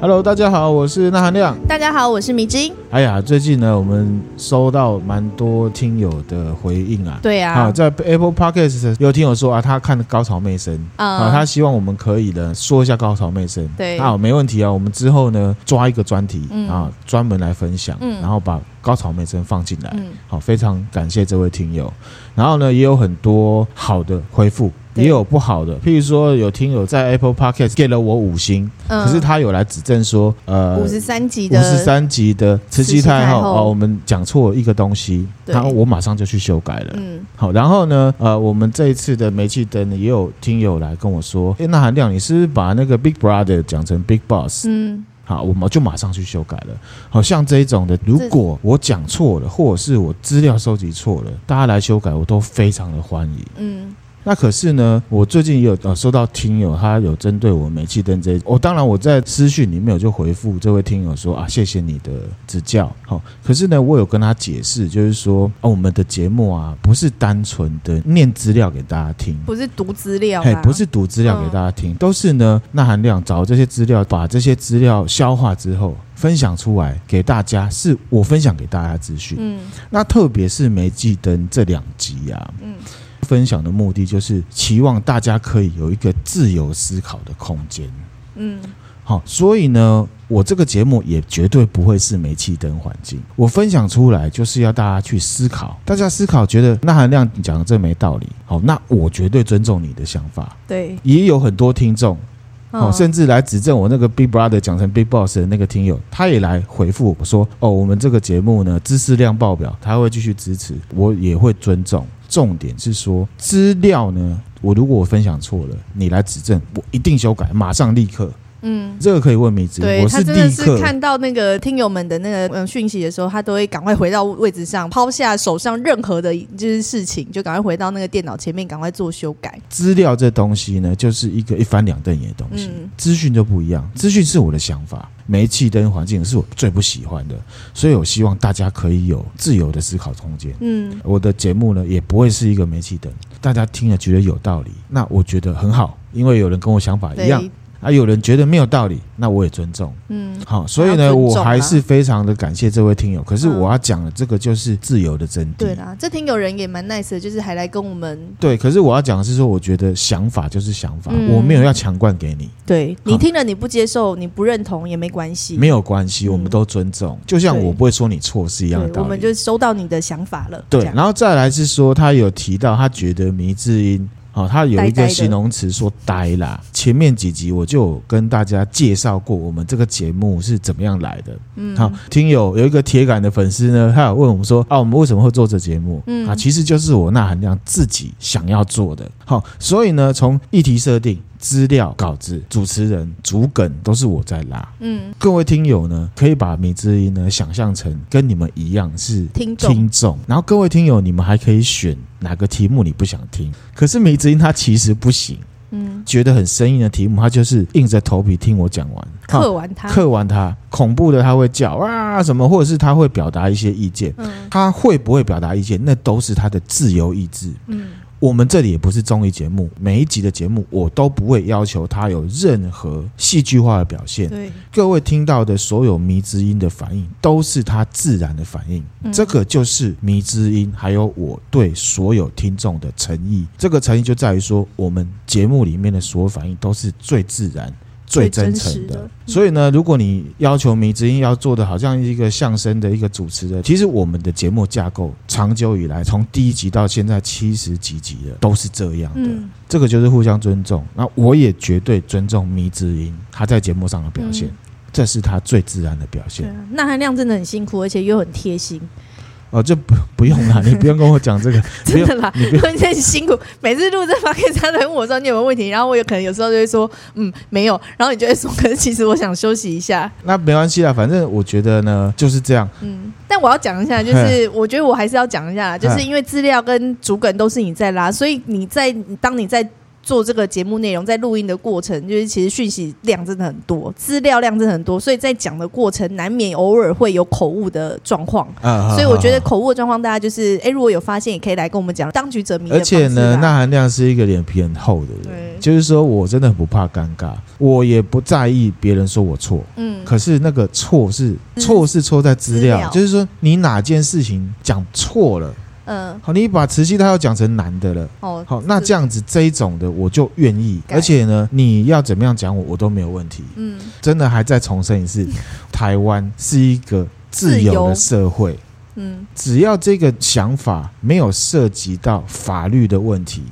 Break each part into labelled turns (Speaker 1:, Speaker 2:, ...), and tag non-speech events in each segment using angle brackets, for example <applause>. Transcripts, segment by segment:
Speaker 1: Hello，大家好，我是那含亮。
Speaker 2: 大家好，我是迷之音。
Speaker 1: 哎呀，最近呢，我们收到蛮多听友的回应啊。
Speaker 2: 对
Speaker 1: 啊，
Speaker 2: 啊，
Speaker 1: 在 Apple Podcast 有听友说啊，他看《高潮妹声》啊，他
Speaker 2: 嗯，
Speaker 1: 希望我们可以呢说一下《高潮妹声》。
Speaker 2: 对
Speaker 1: 啊，没问题啊，我们之后呢抓一个专题
Speaker 2: 嗯
Speaker 1: 啊，专门来分享，
Speaker 2: 嗯
Speaker 1: 然后把《高潮妹声》放进来。
Speaker 2: 嗯，
Speaker 1: 好，非常感谢这位听友。然后呢，也有很多好的回复，
Speaker 2: 对
Speaker 1: 也有不好的。譬如说，有听友在 Apple Podcast 给了我五星，
Speaker 2: 嗯
Speaker 1: 可是他有来指正说，呃，
Speaker 2: 五十三集
Speaker 1: 五
Speaker 2: 的
Speaker 1: 十，三集的慈禧太
Speaker 2: 太
Speaker 1: 后
Speaker 2: 后
Speaker 1: 哦，我们讲错一个东西，
Speaker 2: 对
Speaker 1: 然后我马上就去修改了。
Speaker 2: 嗯，
Speaker 1: 好，然后呢，呃，我们这一次的煤气灯呢也有听友来跟我说，诶，那韩亮，你是不是把那个 Big Brother 讲成 Big Boss？、
Speaker 2: 嗯，
Speaker 1: 好，我们就马上去修改了。好像这一种的，如果我讲错了，或者是我资料收集错了，大家来修改，我都非常的欢迎。
Speaker 2: 嗯，
Speaker 1: 那可是呢，我最近也有呃收到听友他有针对我煤气灯这一，我、哦当然我在私讯里面我就回复这位听友说啊，谢谢你的指教。好、可是呢，我有跟他解释，就是说啊，我们的节目啊不是单纯的念资料给大家听。
Speaker 2: 不是读资料
Speaker 1: 嘿
Speaker 2: 啦，，
Speaker 1: 不是读资料给大家听，都是呢，那含量找这些资料，把这些资料消化之后分享出来给大家，是我分享给大家的资讯。
Speaker 2: 嗯，
Speaker 1: 那特别是《煤气灯》这两集啊，
Speaker 2: 嗯
Speaker 1: 分享的目的就是期望大家可以有一个自由思考的空间。
Speaker 2: 嗯，
Speaker 1: 好、所以呢，我这个节目也绝对不会是煤气灯环境。我分享出来就是要大家去思考，大家思考觉得那含量讲的这没道理，好、那我绝对尊重你的想法。
Speaker 2: 对，
Speaker 1: 也有很多听众哦，
Speaker 2: 嗯
Speaker 1: 甚至来指正我那个 Big Brother 讲成 Big Boss 的那个听友，他也来回复 <laughs> 我说：“哦，我们这个节目呢，知识量爆表，他会继续支持，我也会尊重。重点是说资料呢，我如果我分享错了，你来指正，我一定修改，马上立刻。
Speaker 2: 嗯。
Speaker 1: 这个可以问米子，
Speaker 2: 对
Speaker 1: 我
Speaker 2: 他真的
Speaker 1: 立
Speaker 2: 是
Speaker 1: 刻。”
Speaker 2: 看到那个听友们的那个嗯讯息的时候，他都会赶快回到位置上，抛下手上任何的就是事情，就赶快回到那个电脑前面，赶快做修改。
Speaker 1: 资料这东西呢，就是一个一翻两瞪眼的东西
Speaker 2: 嗯，
Speaker 1: 资讯就不一样。资讯是我的想法，煤气灯环境是我最不喜欢的，所以我希望大家可以有自由的思考空间。
Speaker 2: 嗯
Speaker 1: 我的节目呢，也不会是一个煤气灯，大家听了觉得有道理，那我觉得很好，因为有人跟我想法一样
Speaker 2: 对，
Speaker 1: 啊，有人觉得没有道理，那我也尊重。
Speaker 2: 嗯
Speaker 1: 好，所以
Speaker 2: 还要
Speaker 1: 呢，
Speaker 2: 尊
Speaker 1: 我
Speaker 2: 重啊
Speaker 1: 还是非常的感谢这位听友。可是
Speaker 2: 嗯
Speaker 1: 我要讲的这个就是自由的真谛
Speaker 2: 对。啦，这听友人也蛮 nice 的，就是还来跟我们
Speaker 1: 对，可是我要讲的是说，我觉得想法就是想法，
Speaker 2: 嗯
Speaker 1: 我没有要强灌给你，
Speaker 2: 对你
Speaker 1: 好
Speaker 2: 听了你不接受，你不认同也没关系，
Speaker 1: 没有关系，
Speaker 2: 嗯
Speaker 1: 我们都尊重。就像
Speaker 2: 对
Speaker 1: 我不会说你错是一样的
Speaker 2: 对，
Speaker 1: 道
Speaker 2: 我
Speaker 1: 理。
Speaker 2: 们就收到你的想法了。
Speaker 1: 对
Speaker 2: 这，样
Speaker 1: 然后再来是说，他有提到他觉得迷智音，哦，他有一
Speaker 2: 呆呆
Speaker 1: 个
Speaker 2: 的
Speaker 1: 形容词说呆啦。前面几集我就有跟大家介绍过，我们这个节目是怎么样来的。
Speaker 2: 嗯
Speaker 1: 好，听友有一个铁杆的粉丝呢，他有问我们说，啊，我们为什么会做这节目？
Speaker 2: 嗯
Speaker 1: 啊，其实就是我那含量自己想要做的。好，所以呢，从议题设定、资料、稿子、主持人、主梗都是我在拉。
Speaker 2: 嗯，
Speaker 1: 各位听友呢，可以把米之音呢想象成跟你们一样是
Speaker 2: 听众
Speaker 1: 听众，然后各位听友，你们还可以选哪个题目你不想听。可是米之音它其实不行，
Speaker 2: 嗯，
Speaker 1: 觉得很生硬的题目，它就是硬着头皮听我讲完，
Speaker 2: 刻完它，
Speaker 1: 刻完它。恐怖的他会叫啊什么，或者是他会表达一些意见，
Speaker 2: 嗯
Speaker 1: 他会不会表达意见，那都是他的自由意志。 <laughs>
Speaker 2: 嗯
Speaker 1: 我们这里也不是综艺节目，每一集的节目我都不会要求他有任何戏剧化的表现。
Speaker 2: 对，
Speaker 1: 各位听到的所有迷之音的反应，都是他自然的反应。
Speaker 2: 嗯
Speaker 1: 这个就是迷之音，还有我对所有听众的诚意。这个诚意就在于说，我们节目里面的所有反应都是最自然。最
Speaker 2: 最
Speaker 1: 真
Speaker 2: 真
Speaker 1: 诚
Speaker 2: 实
Speaker 1: 的，
Speaker 2: 的嗯
Speaker 1: 所以呢，如果你要求迷之音要做的好像一个相声的一个主持人，其实我们的节目架构长久以来，从第一集到现在七十几集了，都是这样的。
Speaker 2: 嗯
Speaker 1: 这个就是互相尊重。那我也绝对尊重迷之音他在节目上的表现，
Speaker 2: 嗯
Speaker 1: 这是他最自然的表
Speaker 2: 对
Speaker 1: 现。
Speaker 2: 啊，那含量真的很辛苦，而且又很
Speaker 1: <laughs>
Speaker 2: 贴心，
Speaker 1: 哦，这不不用
Speaker 2: <laughs>
Speaker 1: 啦，你不用跟我讲这个，不
Speaker 2: 真
Speaker 1: 用
Speaker 2: 的啦，
Speaker 1: 你不
Speaker 2: <laughs>
Speaker 1: 用。
Speaker 2: 真的很辛苦。每次录这 p o d 他都会问我说你有没有问题，然后我有可能有时候就会说嗯没有，然后你就会说可是其实我想休息一下，
Speaker 1: 那没关系啦，反正我觉得呢就是这样。
Speaker 2: 嗯。但我要讲一下，就是我觉得我还是要讲一下，就是因为资料跟主梗都是你在拉，所以你在当你在做这个节目内容，在录音的过程，就是其实讯息量真的很多，资料量真的很多，所以在讲的过程难免偶尔会有口误的状况。
Speaker 1: 啊
Speaker 2: <laughs> 所以我觉得口误的状况，大家就是，哎、如果有发现，也可以来跟我们讲，当局者迷的
Speaker 1: 而
Speaker 2: 方式啦。
Speaker 1: 且呢，那含量是一个脸皮很厚的人，
Speaker 2: 对，
Speaker 1: 就是说我真的很不怕尴尬，我也不在意别人说我错。
Speaker 2: 嗯，
Speaker 1: 可是那个错是
Speaker 2: 嗯
Speaker 1: 错是错在资
Speaker 2: 资
Speaker 1: 料，
Speaker 2: 料
Speaker 1: 就是说你哪件事情讲错了，
Speaker 2: 嗯，
Speaker 1: 好，你把慈禧太后讲成男的了。
Speaker 2: 哦，
Speaker 1: 好，那
Speaker 2: 是
Speaker 1: 这样子这一种的我就愿意，
Speaker 2: 改
Speaker 1: 而且呢，你要怎么样讲我，我都没有问题。
Speaker 2: 嗯，
Speaker 1: 真的还再重申一次，台湾是一个自由的社会，
Speaker 2: 嗯，
Speaker 1: 只要这个想法没有涉及到法律的问题，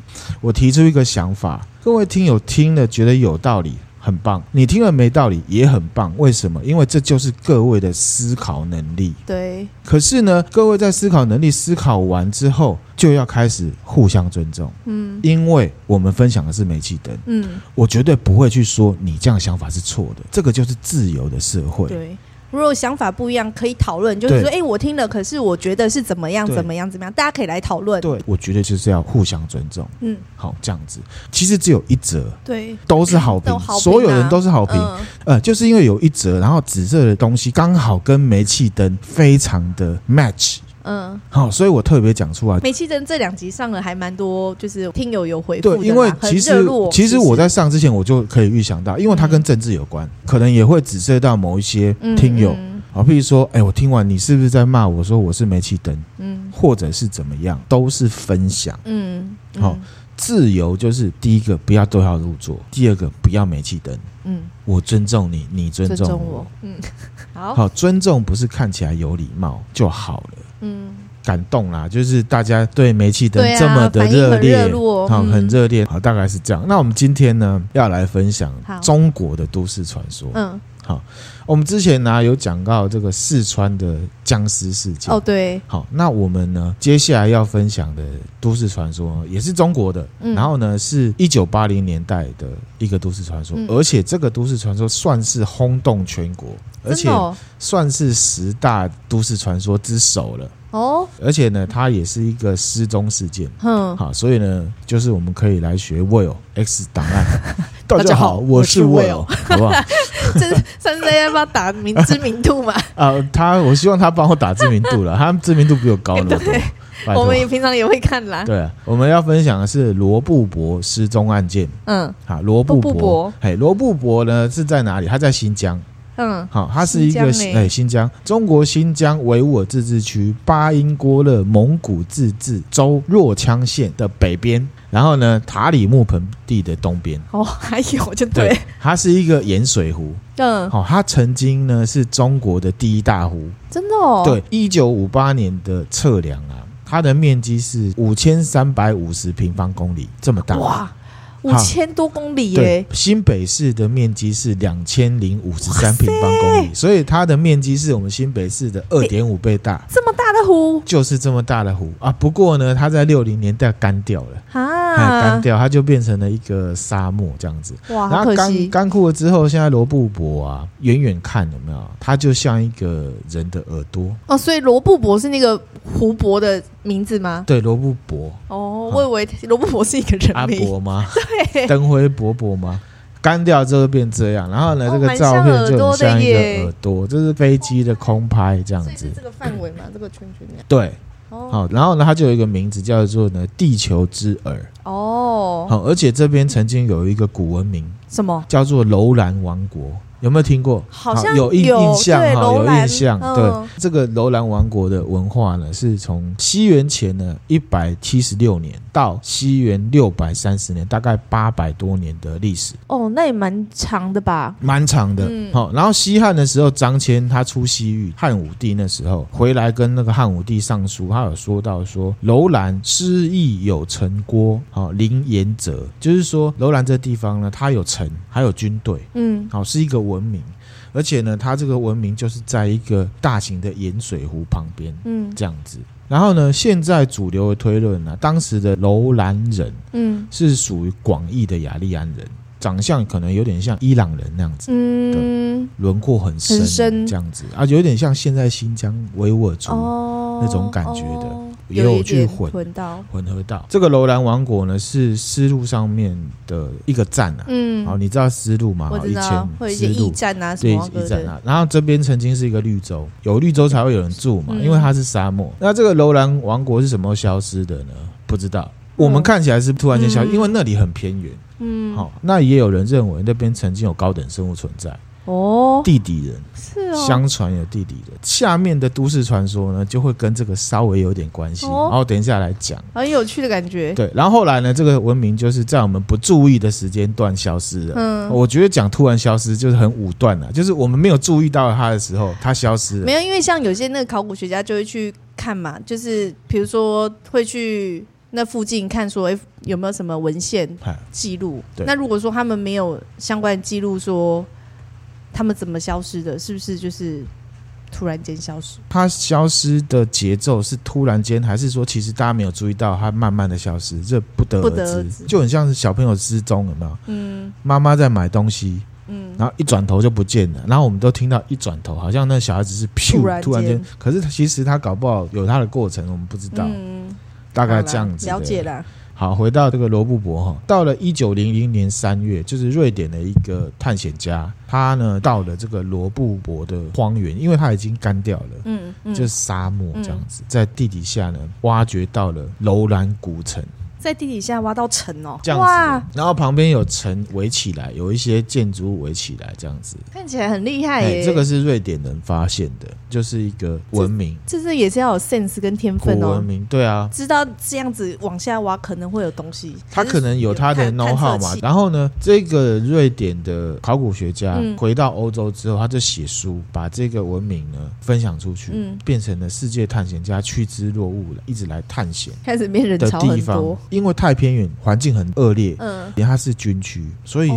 Speaker 1: 我提出一个想法，各位听友听了觉得有道理。很棒，你听了没道理也很棒，为什么？因为这就是各位的思考能力。
Speaker 2: 对，
Speaker 1: 可是呢，各位在思考能力思考完之后，就要开始互相尊重，
Speaker 2: 嗯
Speaker 1: 因为我们分享的是煤气灯，
Speaker 2: 嗯，
Speaker 1: 我绝对不会去说你这样想法是错的，这个就是自由的社会。
Speaker 2: 对。如果想法不一样，可以讨论。就是说，
Speaker 1: 对
Speaker 2: 哎、我听了，可是我觉得是怎么样，
Speaker 1: 对
Speaker 2: 怎么样，怎么样，大家可以来讨论。
Speaker 1: 对，我觉得就是要互相尊重。
Speaker 2: 嗯，
Speaker 1: 好，这样子，其实只有一则
Speaker 2: 对，
Speaker 1: 都是好
Speaker 2: 都
Speaker 1: 评，
Speaker 2: 有好评啊
Speaker 1: 所有人都是好评。
Speaker 2: 嗯
Speaker 1: 呃，就是因为有一则，然后紫色的东西刚好跟煤气灯非常的 match，
Speaker 2: 嗯，
Speaker 1: 好，所以我特别讲出来。
Speaker 2: 煤气灯这两集上了还蛮多，就是听友有回复
Speaker 1: 对
Speaker 2: 的啦，
Speaker 1: 因为
Speaker 2: 很
Speaker 1: 其
Speaker 2: 热
Speaker 1: 实
Speaker 2: 络
Speaker 1: 其实我在上之前我就可以预想到，因为它跟政治有关，可能也会指涉到某一些
Speaker 2: 嗯
Speaker 1: 听友。
Speaker 2: 嗯
Speaker 1: 好，譬如说，哎、我听完你是不是在骂我说我是煤气灯，
Speaker 2: 嗯
Speaker 1: 或者是怎么样，都是分享。
Speaker 2: 嗯，嗯
Speaker 1: 好，自由就是第一个不要对号入座，第二个不要煤气灯，
Speaker 2: 嗯，
Speaker 1: 我尊重你，你尊
Speaker 2: 尊
Speaker 1: 重我。
Speaker 2: 重我，嗯， <laughs> 好，
Speaker 1: 好，尊重不是看起来有礼貌就好了。
Speaker 2: 嗯，
Speaker 1: 感动啦，就是大家对煤气灯
Speaker 2: 对啊
Speaker 1: 这么的热烈，
Speaker 2: 反应很热络
Speaker 1: 好，
Speaker 2: 嗯
Speaker 1: 很热烈，好，大概是这样。那我们今天呢，要来分享
Speaker 2: 好
Speaker 1: 中国的都市传说。
Speaker 2: 嗯，
Speaker 1: 我们之前呢、有讲到这个四川的僵尸事件，
Speaker 2: 哦，对，
Speaker 1: 好，那我们呢，接下来要分享的都市传说呢也是中国的，
Speaker 2: 嗯
Speaker 1: 然后呢是一九八零年代的一个都市传说，
Speaker 2: 嗯
Speaker 1: 而且这个都市传说算是轰动全国，而
Speaker 2: 真
Speaker 1: 且
Speaker 2: 的哦，
Speaker 1: 算是十大都市传说之首了。
Speaker 2: 哦，
Speaker 1: 而且呢，它也是一个失踪事件。 <laughs>
Speaker 2: 哼，
Speaker 1: 好，所以呢，就是我们可以来学 Will X 档案。
Speaker 2: <laughs>
Speaker 1: 大
Speaker 2: 大
Speaker 1: 家
Speaker 2: 家
Speaker 1: 好，
Speaker 2: 好
Speaker 1: 我是
Speaker 2: 我是
Speaker 1: Will，好不好？
Speaker 2: 这算是在帮打名知名度嘛？
Speaker 1: 啊，他我希望他帮我打知名度了，他知名度比我高那么
Speaker 2: <laughs>
Speaker 1: 多。 <laughs> 拜
Speaker 2: 我
Speaker 1: 托
Speaker 2: 们也平常也会看啦，
Speaker 1: 对，啊我们要分享的是罗布泊失踪案件。
Speaker 2: 嗯
Speaker 1: 哈，啊罗布
Speaker 2: 罗布
Speaker 1: 泊
Speaker 2: 泊，
Speaker 1: 哎，罗布泊呢是在哪里？它在新疆。
Speaker 2: 嗯
Speaker 1: 好，它是一个
Speaker 2: 新疆欸
Speaker 1: 哎新疆，中国新疆维吾尔自治区巴音郭勒蒙古自治州若羌县的北边，然后呢塔里木盆地的东边。
Speaker 2: 哦，还有就 <laughs> 对，，
Speaker 1: 它是一个盐水湖。
Speaker 2: 嗯，
Speaker 1: 好、它曾经呢是中国的第一大湖。
Speaker 2: 真的哦，
Speaker 1: 对，一九五八年的测量啊，它的面积是五千三百五十平方公里，这么大。
Speaker 2: 哇，五千多公里
Speaker 1: 对
Speaker 2: 耶，，
Speaker 1: 新北市的面积是两千零五十三平方公里，所以它的面积是我们新北市的二点五倍大，
Speaker 2: 这么大的湖
Speaker 1: 就是这么大的湖啊。不过呢，它在六零年代干掉了，哎，
Speaker 2: 啊
Speaker 1: 干，掉，它就变成了一个沙漠这样子。
Speaker 2: 哇，
Speaker 1: 然
Speaker 2: 啊
Speaker 1: 后
Speaker 2: 好可
Speaker 1: 干
Speaker 2: 惜，
Speaker 1: 干枯了之后，现在罗布泊啊，远远看有没有，它就像一个人的耳朵。
Speaker 2: 哦，所以罗布泊是那个湖泊的名字吗？
Speaker 1: 对，罗布泊，
Speaker 2: 哦，我以为罗布泊是一个
Speaker 1: 阿
Speaker 2: <laughs> 人名，
Speaker 1: 伯吗？
Speaker 2: 对，
Speaker 1: 灯辉勃勃吗？干掉之后就变这样，然后呢，
Speaker 2: 哦
Speaker 1: 这个照片就很像一
Speaker 2: 蛮像耳朵的
Speaker 1: 个
Speaker 2: 耶
Speaker 1: 耳朵，这是飞机的空拍这样
Speaker 2: 所以
Speaker 1: 子
Speaker 2: 是。这个范围嘛，这个圈圈这样。
Speaker 1: 对，
Speaker 2: 哦
Speaker 1: 好，然后呢，它就有一个名字叫做呢地球之耳。
Speaker 2: 哦，
Speaker 1: 好，而且这边曾经有一个古文明
Speaker 2: 什么？
Speaker 1: 叫做楼兰王国，有没有听过？
Speaker 2: 好像
Speaker 1: 有印
Speaker 2: 有
Speaker 1: 印象
Speaker 2: 对
Speaker 1: 哈，
Speaker 2: 楼
Speaker 1: 有
Speaker 2: 兰
Speaker 1: 印象。
Speaker 2: 嗯
Speaker 1: 对，这个楼兰王国的文化呢，是从西元前呢一百七十六年到西元六百三十年，大概八百多年的历史。
Speaker 2: 哦，那也蛮长的吧？
Speaker 1: 蛮长的，
Speaker 2: 嗯
Speaker 1: 好、然后西汉的时候，张骞他出西域，汉武帝那时候回来跟那个汉武帝上书，他有说到说，楼兰诗意有城郭，好、临盐泽，就是说楼兰这地方呢，它有城，还有军队，
Speaker 2: 嗯
Speaker 1: 好、是一个文明，而且呢，它这个文明就是在一个大型的盐水湖旁边
Speaker 2: 嗯
Speaker 1: 这样子。然后呢，现在主流的推论呢、当时的楼兰人
Speaker 2: 嗯
Speaker 1: 是属于广义的雅利安人，长相可能有点像伊朗人那样子。
Speaker 2: 嗯，
Speaker 1: 轮廓很深，
Speaker 2: 很深
Speaker 1: 这样子啊，有点像现在新疆维吾尔族、
Speaker 2: 哦，
Speaker 1: 那种感觉的
Speaker 2: 哦
Speaker 1: 也
Speaker 2: 有一
Speaker 1: 去
Speaker 2: 点
Speaker 1: 混
Speaker 2: 混到，
Speaker 1: 混合到这个楼兰王国呢，是丝路上面的一个站啊。
Speaker 2: 嗯，
Speaker 1: 好，你知道丝路吗？
Speaker 2: 我
Speaker 1: 好
Speaker 2: 知
Speaker 1: 以
Speaker 2: 道
Speaker 1: 前，
Speaker 2: 会有一些
Speaker 1: 丝
Speaker 2: 驿
Speaker 1: 路
Speaker 2: 站啊什
Speaker 1: 对
Speaker 2: 么啊，对
Speaker 1: 驿
Speaker 2: 不
Speaker 1: 站
Speaker 2: 对？
Speaker 1: 啊，然后这边曾经是一个绿洲，有绿洲才会有人住嘛，
Speaker 2: 嗯
Speaker 1: 因为它是沙漠。那这个楼兰王国是什么消失的呢？不知道。我们
Speaker 2: 嗯
Speaker 1: 看起来是突然间消失，
Speaker 2: 嗯
Speaker 1: 因为那里很偏远。
Speaker 2: 嗯，
Speaker 1: 好、那也有人认为那边曾经有高等生物存在，
Speaker 2: 哦，
Speaker 1: 地底人。
Speaker 2: 是哦，
Speaker 1: 相传有地底人，下面的都市传说呢，就会跟这个稍微有点关系。
Speaker 2: 哦
Speaker 1: 然后等一下来讲。
Speaker 2: 很有趣的感觉，
Speaker 1: 对，然后后来呢，这个文明就是在我们不注意的时间段消失了。
Speaker 2: 嗯
Speaker 1: 我觉得讲突然消失就是很武断了、啊就是我们没有注意到它的时候，它消失了
Speaker 2: 没。有，因为像有些那个考古学家就会去看嘛，就是比如说会去那附近看说，哎，有没有什么文献
Speaker 1: 哎
Speaker 2: 记录？
Speaker 1: 对
Speaker 2: 那如果说他们没有相关的记录，说他们怎么消失的，是不是就是突然间消失？
Speaker 1: 它消失的节奏是突然间，还是说其实大家没有注意到它慢慢的消失？这不得
Speaker 2: 不得
Speaker 1: 而
Speaker 2: 而
Speaker 1: 知，
Speaker 2: 知
Speaker 1: 就很像是小朋友失踪，有没有？
Speaker 2: 嗯
Speaker 1: 妈妈在买东西，
Speaker 2: 嗯，
Speaker 1: 然后一转头就不见了，然后我们都听到一转头，好像那小孩子是
Speaker 2: 突
Speaker 1: 噗
Speaker 2: 然
Speaker 1: <laughs> 突然间
Speaker 2: 间，
Speaker 1: 可是其实他搞不好有他的过程，我们不知道，
Speaker 2: 嗯，
Speaker 1: 啊大概这样子
Speaker 2: 好啦了解
Speaker 1: 了。
Speaker 2: 啦。
Speaker 1: 好，回到这个罗布泊哈，到了一九零零年三月，就是瑞典的一个探险家，他呢到了这个罗布泊的荒原，因为他已经干掉了。
Speaker 2: 嗯嗯，
Speaker 1: 就是沙漠这样子，在地底下呢，挖掘到了楼兰古城
Speaker 2: 在地底下挖到城哦，
Speaker 1: 这样
Speaker 2: 哇
Speaker 1: 子，，然后旁边有城围起来，有一些建筑物围起来这样子，
Speaker 2: 看起来很厉害
Speaker 1: 哎，
Speaker 2: 耶。
Speaker 1: 这个是瑞典人发现的，就是一个文明，
Speaker 2: 这是也是要有 sense 跟天
Speaker 1: 古
Speaker 2: 分哦
Speaker 1: 文。明，对啊。
Speaker 2: 知道这样子往下挖可能会有东西，
Speaker 1: 他可能有他的 know how 嘛，
Speaker 2: 只是有探
Speaker 1: 然后呢，这个瑞典的考古学家
Speaker 2: 嗯
Speaker 1: 回到欧洲之后，他就写书，把这个文明呢分享出去，
Speaker 2: 嗯
Speaker 1: 变成了世界探险家趋之若鹜了，一直来探险
Speaker 2: 看测器开始变人
Speaker 1: 的
Speaker 2: 潮
Speaker 1: 地
Speaker 2: 很
Speaker 1: 方
Speaker 2: 多，，
Speaker 1: 因为太偏远，环境很恶劣，
Speaker 2: 嗯，哦
Speaker 1: 它是军区，所以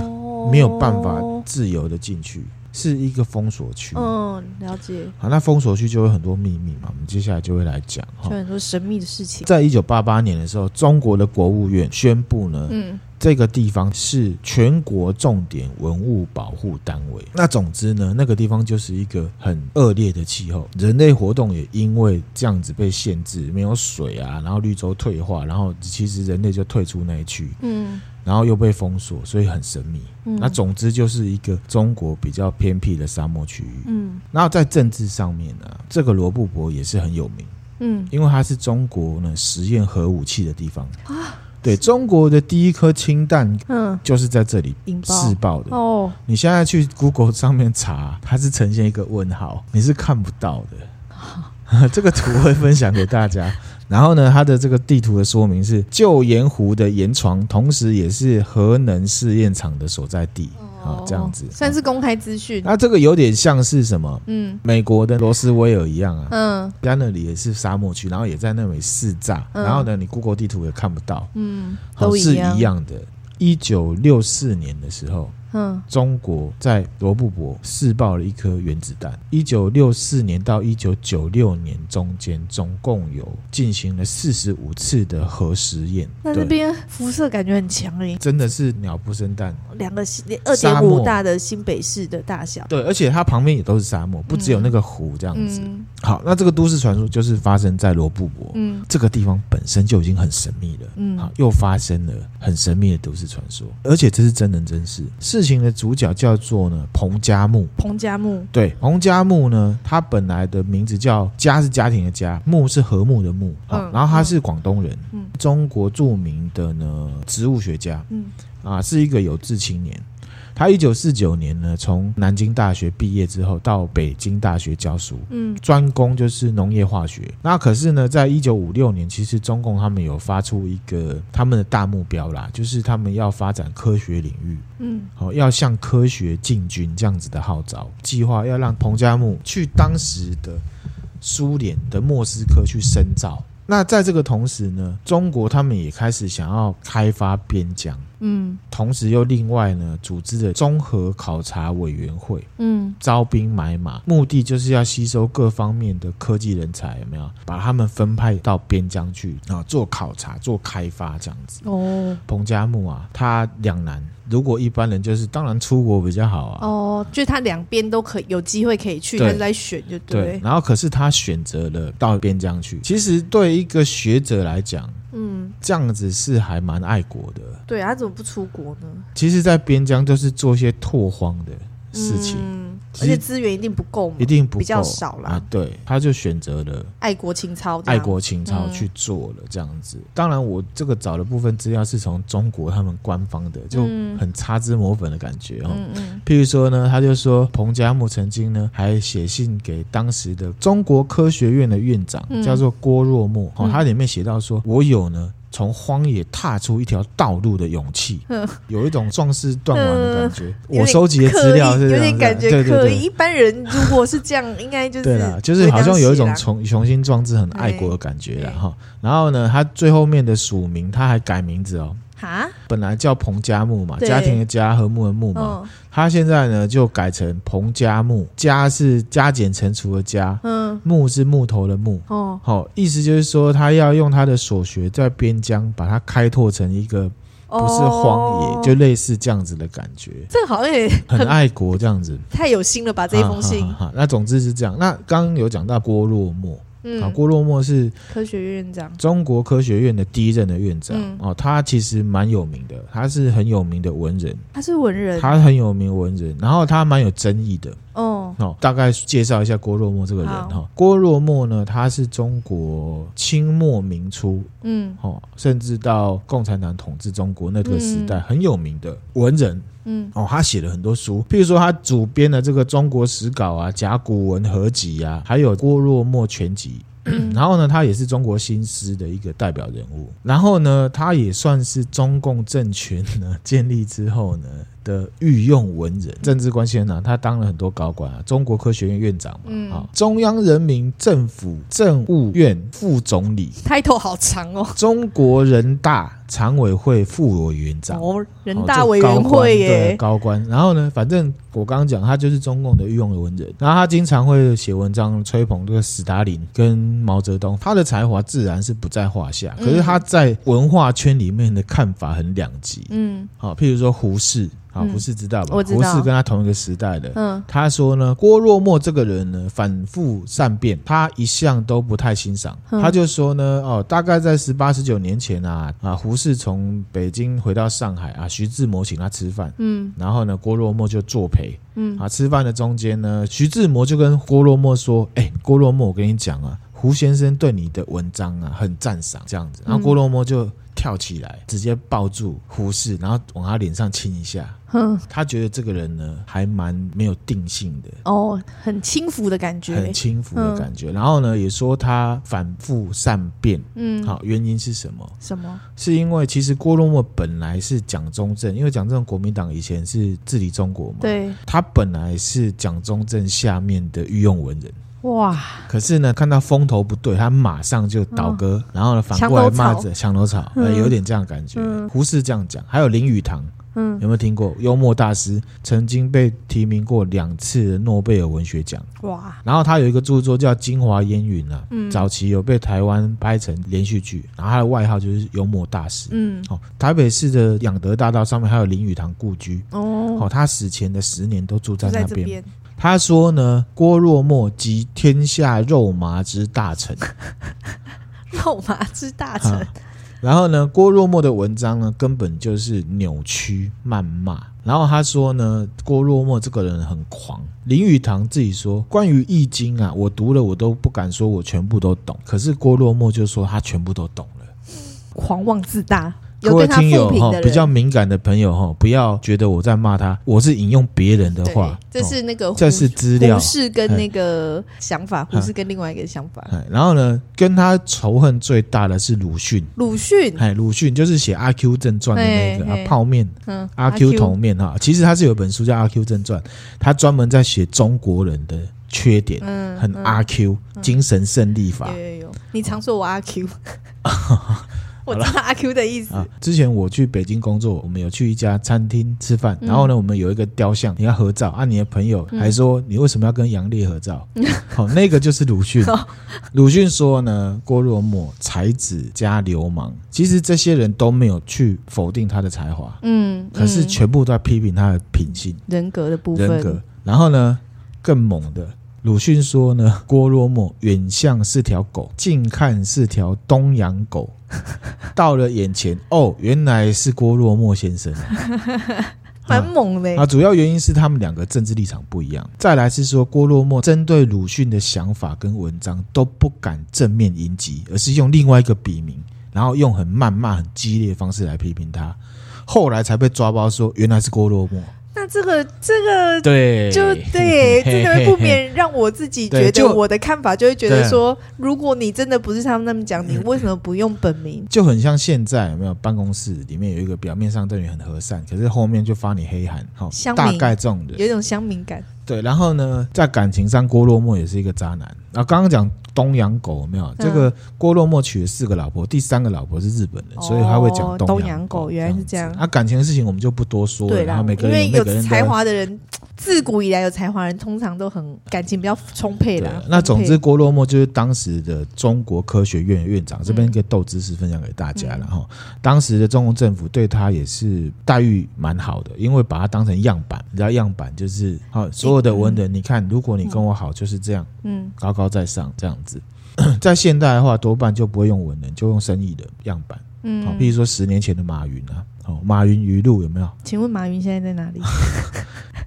Speaker 1: 没有办法自由的进去，是一个封锁区。
Speaker 2: 哦，嗯，了解，
Speaker 1: 好，那封锁区就有很多秘密嘛，我们接下来就会来讲哈
Speaker 2: 就。很多神秘的事情，
Speaker 1: 在一九八八年的时候，中国的国务院宣布呢，
Speaker 2: 嗯
Speaker 1: 这个地方是全国重点文物保护单位。那总之呢，那个地方就是一个很恶劣的气候，人类活动也因为这样子被限制，没有水啊，然后绿洲退化，然后其实人类就退出那一区，
Speaker 2: 嗯
Speaker 1: 然后又被封锁，所以很神秘。
Speaker 2: 嗯，
Speaker 1: 那总之就是一个中国比较偏僻的沙漠区域。
Speaker 2: 嗯
Speaker 1: 然后在政治上面呢、这个罗布泊也是很有名。
Speaker 2: 嗯
Speaker 1: 因为它是中国呢实验核武器的地方啊。对，中国的第一颗氢弹
Speaker 2: 嗯，
Speaker 1: 就是在这里
Speaker 2: 引爆
Speaker 1: 试爆的。
Speaker 2: 哦，
Speaker 1: 你现在去 Google 上面查，它是呈现一个问号，你是看不到的。 <laughs> 这个图会分享给大家。 <laughs> 然后呢，它的这个地图的说明是旧盐湖的盐床，同时也是核能试验场的所在地。好、这样子
Speaker 2: 哦算是公开资讯，
Speaker 1: 那这个有点像是什么？
Speaker 2: 嗯
Speaker 1: 美国的罗斯威尔一样啊，
Speaker 2: 嗯
Speaker 1: 在那里也是沙漠区，然后也在那里试炸，
Speaker 2: 嗯
Speaker 1: 然后呢，你 Google 地图也看不到，
Speaker 2: 嗯，
Speaker 1: 好
Speaker 2: 都
Speaker 1: 是
Speaker 2: 样，
Speaker 1: 一样的。一九六四年的时候，
Speaker 2: 嗯
Speaker 1: 中国在罗布泊试爆了一颗原子弹。一九六四年到一九九六年中间，总共有进行了四十五次的核实验。
Speaker 2: 那那
Speaker 1: 对，
Speaker 2: 边辐射感觉很强诶，
Speaker 1: 真的是鸟不生蛋。啊
Speaker 2: 两个二
Speaker 1: 沙
Speaker 2: 点
Speaker 1: 漠
Speaker 2: 五大的新北市的大小，
Speaker 1: 对，而且它旁边也都是沙漠，不只有那个湖这样子。
Speaker 2: 嗯
Speaker 1: 好，那这个都市传说就是发生在罗布泊。
Speaker 2: 嗯
Speaker 1: 这个地方本身就已经很神秘了，
Speaker 2: 嗯
Speaker 1: 好，又发生了很神秘的都市传说，而且这是真人真事。事情的主角叫做呢彭加木，
Speaker 2: 彭加木，
Speaker 1: 对，彭加木呢，他本来的名字叫家是家庭的家，木是和睦的木，好，
Speaker 2: 嗯
Speaker 1: 然后他是广东人，
Speaker 2: 嗯
Speaker 1: 中国著名的呢植物学家
Speaker 2: 嗯
Speaker 1: 啊，是一个有志青年。他一九四九年呢，从南京大学毕业之后，到北京大学教书，
Speaker 2: 嗯
Speaker 1: 专攻就是农业化学。那可是呢，在一九五六年，其实中共他们有发出一个他们的大目标啦，就是他们要发展科学领域，
Speaker 2: 嗯
Speaker 1: 哦，要向科学进军这样子的号召，计划要让彭加木去当时的苏联的莫斯科去深造。那在这个同时呢，中国他们也开始想要开发边疆。
Speaker 2: 嗯
Speaker 1: 同时又另外呢组织了综合考察委员会，
Speaker 2: 嗯
Speaker 1: 招兵买马，目的就是要吸收各方面的科技人才，有没有？把他们分派到边疆去啊，做考察、做开发这样子。
Speaker 2: 哦
Speaker 1: 彭加木啊，他两难，如果一般人就是当然出国比较好啊。
Speaker 2: 哦，就是他两边都可以有机会可以去，
Speaker 1: 对
Speaker 2: 他就在选就
Speaker 1: 对
Speaker 2: 对，，
Speaker 1: 然后可是他选择了到边疆去。其实对一个学者来讲，
Speaker 2: 嗯，
Speaker 1: 这样子是还蛮爱国的。
Speaker 2: 对，他怎么不出国呢？
Speaker 1: 其实，在边疆就是做一些拓荒的事情，
Speaker 2: 嗯，
Speaker 1: 其
Speaker 2: 而
Speaker 1: 实
Speaker 2: 且资源一定不够嘛，
Speaker 1: 一定不够
Speaker 2: 比较少啦
Speaker 1: 啊。对，他就选择了
Speaker 2: 爱国情操，
Speaker 1: 爱，国情操去做了这样子。当然，我这个找的部分资料是从中国他们官方的，就
Speaker 2: 嗯
Speaker 1: 很擦脂抹粉的感觉哦。
Speaker 2: 嗯嗯
Speaker 1: 譬如说呢，他就说彭加木曾经呢还写信给当时的中国科学院的院长，
Speaker 2: 嗯
Speaker 1: 叫做郭若木。哦
Speaker 2: 嗯，
Speaker 1: 他里面写到说，我有呢。从荒野踏出一条道路的勇气
Speaker 2: 嗯，
Speaker 1: 有一种壮士断腕的感觉。
Speaker 2: <laughs> 有
Speaker 1: 我
Speaker 2: 点
Speaker 1: 收集的资料
Speaker 2: 刻
Speaker 1: 是
Speaker 2: 意
Speaker 1: 这
Speaker 2: 有
Speaker 1: 样子
Speaker 2: 点
Speaker 1: 啊
Speaker 2: 感觉
Speaker 1: 对对
Speaker 2: 刻
Speaker 1: 对
Speaker 2: 意。一般人如果是这样，应该就是
Speaker 1: 对啦，就是好像有一种穷雄心壮志、很爱国的感觉啦
Speaker 2: 对
Speaker 1: 哈。然后呢，他最后面的署名他还改名字哦，
Speaker 2: 哈，
Speaker 1: 本来叫彭家木嘛，
Speaker 2: 对
Speaker 1: 家庭的家和睦的睦嘛，
Speaker 2: 嗯
Speaker 1: 他现在呢就改成彭家木，家是加减乘除的加，
Speaker 2: 嗯
Speaker 1: 木是木头的木。
Speaker 2: 哦
Speaker 1: 好、意思就是说他要用他的所学在边疆把它开拓成一个不
Speaker 2: 哦，
Speaker 1: 是荒野，就类似这样子的感觉，
Speaker 2: 这好像也
Speaker 1: 很爱国这
Speaker 2: <laughs>
Speaker 1: 样子。
Speaker 2: 太有心了吧？这一封信
Speaker 1: 哈，哈哈哈那总之是这样。那刚刚有讲到郭沫沫。啊，
Speaker 2: 嗯，
Speaker 1: 郭沫沫是
Speaker 2: 科学院院长，
Speaker 1: 中国科学院的第一任的院长、
Speaker 2: 嗯
Speaker 1: 哦，他其实蛮有名的，他是很有名的文人，
Speaker 2: 他是文人，
Speaker 1: 他很有名的文人，然后他蛮有争议的
Speaker 2: 哦，
Speaker 1: 哦。大概介绍一下郭沫沫这个人
Speaker 2: 好
Speaker 1: 哈、哦，郭沫沫呢，他是中国清末民初
Speaker 2: 嗯
Speaker 1: 哦，甚至到共产党统治中国那个时代、
Speaker 2: 嗯
Speaker 1: 很有名的文人
Speaker 2: 嗯
Speaker 1: 哦，他写了很多书，譬如说他主编的这个《中国史稿》啊，《甲骨文合集》啊，还有《郭沫沫全集》
Speaker 2: 嗯
Speaker 1: <clears throat> 然后呢，他也是中国新诗的一个代表人物。然后呢，他也算是中共政权呢 <laughs> 建立之后呢的御用文人、政治关系人啊，他当了很多高官啊，中国科学院院长嘛，啊、
Speaker 2: 嗯
Speaker 1: 中央人民政府政务院副总理，
Speaker 2: ，title 好长哦。
Speaker 1: 中国人大常委会副委员长。
Speaker 2: 哦，人
Speaker 1: 哦
Speaker 2: 大
Speaker 1: 就
Speaker 2: 委
Speaker 1: 高
Speaker 2: 员
Speaker 1: 官
Speaker 2: 会
Speaker 1: 对
Speaker 2: 耶，
Speaker 1: 高官。然后呢，反正我刚刚讲，他就是中共的御用的文人，然后他经常会写文章吹捧这个斯大林跟毛泽东，他的才华自然是不在话下，可是他在文化圈里面的看法很两极。
Speaker 2: 嗯
Speaker 1: 好、譬如说胡适，好、
Speaker 2: 嗯
Speaker 1: 胡适知道吧？
Speaker 2: 我知
Speaker 1: 胡
Speaker 2: 道
Speaker 1: 适跟他同一个时代的，
Speaker 2: 嗯
Speaker 1: 他说呢，郭沫沫这个人呢，反复善变，他一向都不太欣赏。
Speaker 2: 嗯
Speaker 1: 他就说呢，哦，大概在十八十九年前啊，啊，胡适从北京回到上海啊，徐志摩请他吃饭。
Speaker 2: 嗯
Speaker 1: 然后呢，郭沫沫就作陪
Speaker 2: 嗯，
Speaker 1: 啊。吃饭的中间呢，徐志摩就跟郭沫沫说：“哎、郭沫沫，我跟你讲啊，胡先生对你的文章啊很赞赏，这样子。”然后
Speaker 2: 嗯
Speaker 1: 郭沫沫就跳起来，直接抱住胡适，然后往他脸上亲一下。
Speaker 2: 哼，
Speaker 1: 他觉得这个人呢，还蛮没有定性的，
Speaker 2: 哦，很轻浮的感觉
Speaker 1: 很，轻浮的感觉。然后呢，也说他反复善变。
Speaker 2: 嗯，
Speaker 1: 好，原因是什么？
Speaker 2: 什么？
Speaker 1: 是因为其实郭沫沫本来是蒋中正，因为蒋中正国民党以前是治理中国嘛，，
Speaker 2: 对，
Speaker 1: 他本来是蒋中正下面的御用文人，
Speaker 2: 哇，
Speaker 1: 可是呢，看到风头不对，他马上就倒戈，然后呢，反过来骂着墙头草，
Speaker 2: 嗯
Speaker 1: 呃，有点这样的感觉。
Speaker 2: 嗯
Speaker 1: 胡适这样讲，还有林语堂，
Speaker 2: 嗯，
Speaker 1: 有没有听过？幽默大师曾经被提名过两次的诺贝尔文学奖。
Speaker 2: 哇，
Speaker 1: 然后他有一个著作叫《京华烟云》啊，
Speaker 2: 嗯
Speaker 1: 早期有被台湾拍成连续剧，然后他的外号就是幽默大师。
Speaker 2: 嗯，
Speaker 1: 哦，台北市的养德大道上面还有林语堂故居。
Speaker 2: 哦，
Speaker 1: 哦，他死前的十年都住在
Speaker 2: 就在
Speaker 1: 那
Speaker 2: 这
Speaker 1: 边。
Speaker 2: 边，
Speaker 1: 他说呢，郭若莫集天下肉麻之大
Speaker 2: <laughs>
Speaker 1: 成。
Speaker 2: 肉麻之大臣，
Speaker 1: 啊然后呢，郭沫沫的文章呢，根本就是扭曲谩骂。然后他说呢，郭沫沫这个人很狂。林语堂自己说，关于《易经》啊，我读了我都不敢说我全部都懂，可是郭沫就说他全部都懂了。
Speaker 2: 狂妄自大，有
Speaker 1: 各位
Speaker 2: 跟他
Speaker 1: 听友
Speaker 2: 负
Speaker 1: 哈
Speaker 2: 评的，人，
Speaker 1: 比较敏感的朋友哈，不要觉得我在骂他，我是引用别人的
Speaker 2: 对
Speaker 1: 话，
Speaker 2: 这
Speaker 1: 哦
Speaker 2: 是那个
Speaker 1: 这是资料
Speaker 2: 胡。适跟
Speaker 1: 哎
Speaker 2: 那个想法，胡
Speaker 1: 啊
Speaker 2: 适跟另外一个想法，
Speaker 1: 哎然后呢，跟他仇恨最大的是鲁迅。
Speaker 2: 鲁迅，
Speaker 1: 哎，鲁迅就是写《阿 Q 正传》的那个
Speaker 2: 嘿
Speaker 1: 啊
Speaker 2: 嘿，
Speaker 1: 泡面
Speaker 2: 嗯，
Speaker 1: 阿 Q 同面哈，其实他是有本书叫《阿 Q 正传》，他专门在写中国人的缺点，
Speaker 2: 嗯，
Speaker 1: 很
Speaker 2: 嗯
Speaker 1: 阿 Q 精神胜利法 <laughs>
Speaker 2: 有。有有，你常说我阿 Q，我知道阿 Q 的意思。
Speaker 1: 啊，之前我去北京工作，我们有去一家餐厅吃饭，然后呢，我们有一个雕像，你要合照啊，你的朋友还说你为什么要跟杨烈合照？ <laughs> 好、那个就是鲁迅。鲁迅说呢，郭沫若才子加流氓，其实这些人都没有去否定他的才华，
Speaker 2: 嗯，
Speaker 1: 可是
Speaker 2: 嗯
Speaker 1: 全部都在批评他的品性、
Speaker 2: 人格的部
Speaker 1: 人
Speaker 2: 分
Speaker 1: 格，。然后呢，更猛的。鲁迅说呢，郭沫若远像是条狗，近看是条东洋
Speaker 2: <laughs>
Speaker 1: 狗。到了眼前，哦，原来是郭沫若先生
Speaker 2: 蛮猛的欸。
Speaker 1: 啊！主要原因是他们两个政治立场不一样。再来是说，郭沫若针对鲁迅的想法跟文章都不敢正面迎击，而是用另外一个笔名，然后用很谩骂、很激烈的方式来批评他。后来才被抓包说，原来是郭沫若。
Speaker 2: 那这个这个
Speaker 1: 对，
Speaker 2: <laughs> 就对，
Speaker 1: 嘿
Speaker 2: 真的
Speaker 1: 嘿
Speaker 2: 会不
Speaker 1: 嘿
Speaker 2: 免让我自己
Speaker 1: 对
Speaker 2: 觉得
Speaker 1: 就
Speaker 2: 我的看法就会觉得
Speaker 1: 对
Speaker 2: 说，如果你真的不是他们那么讲，你为什么不用本名？
Speaker 1: 就很像现在有没有办公室里面有一个表面上对你很和善，可是后面就发你黑函，好、
Speaker 2: 乡民
Speaker 1: 大概这种
Speaker 2: 有
Speaker 1: 人。
Speaker 2: 一种乡民感，
Speaker 1: 对，然后呢，在感情上，郭沫若也是一个渣男。啊，刚刚讲东洋狗有没有？这个郭沫若娶了四个老婆，第三个老婆是日本人，所以他会讲
Speaker 2: 嗯哦东
Speaker 1: 洋
Speaker 2: 洋狗原来是这样
Speaker 1: 子啊，感情的事情我们就不多说了。
Speaker 2: 对
Speaker 1: 然
Speaker 2: 啦
Speaker 1: 后，每个
Speaker 2: 因
Speaker 1: 人
Speaker 2: 为
Speaker 1: 有每
Speaker 2: 有
Speaker 1: 个人的
Speaker 2: 才华的人，自古以来有才华的人通常都很感情比较充沛
Speaker 1: 对
Speaker 2: 啦。，
Speaker 1: 那总之，
Speaker 2: 充
Speaker 1: 郭沫若就是当时的中国科学院院长，这边一个豆知识分享给大家了
Speaker 2: 嗯
Speaker 1: 哈。当时的中国政府对他也是待遇蛮好的，因为把他当成样板，你知道样板就是好所有的文人，你看，如果你跟我好就是这样，
Speaker 2: 沛嗯，
Speaker 1: 高高在上这样子。在现代的话，多半就不会用文人，就用生意的样板。
Speaker 2: 嗯
Speaker 1: 好，比如说十年前的马云啊，好，马云语录有没有？
Speaker 2: 请问马云现在在哪
Speaker 1: <laughs>
Speaker 2: 里？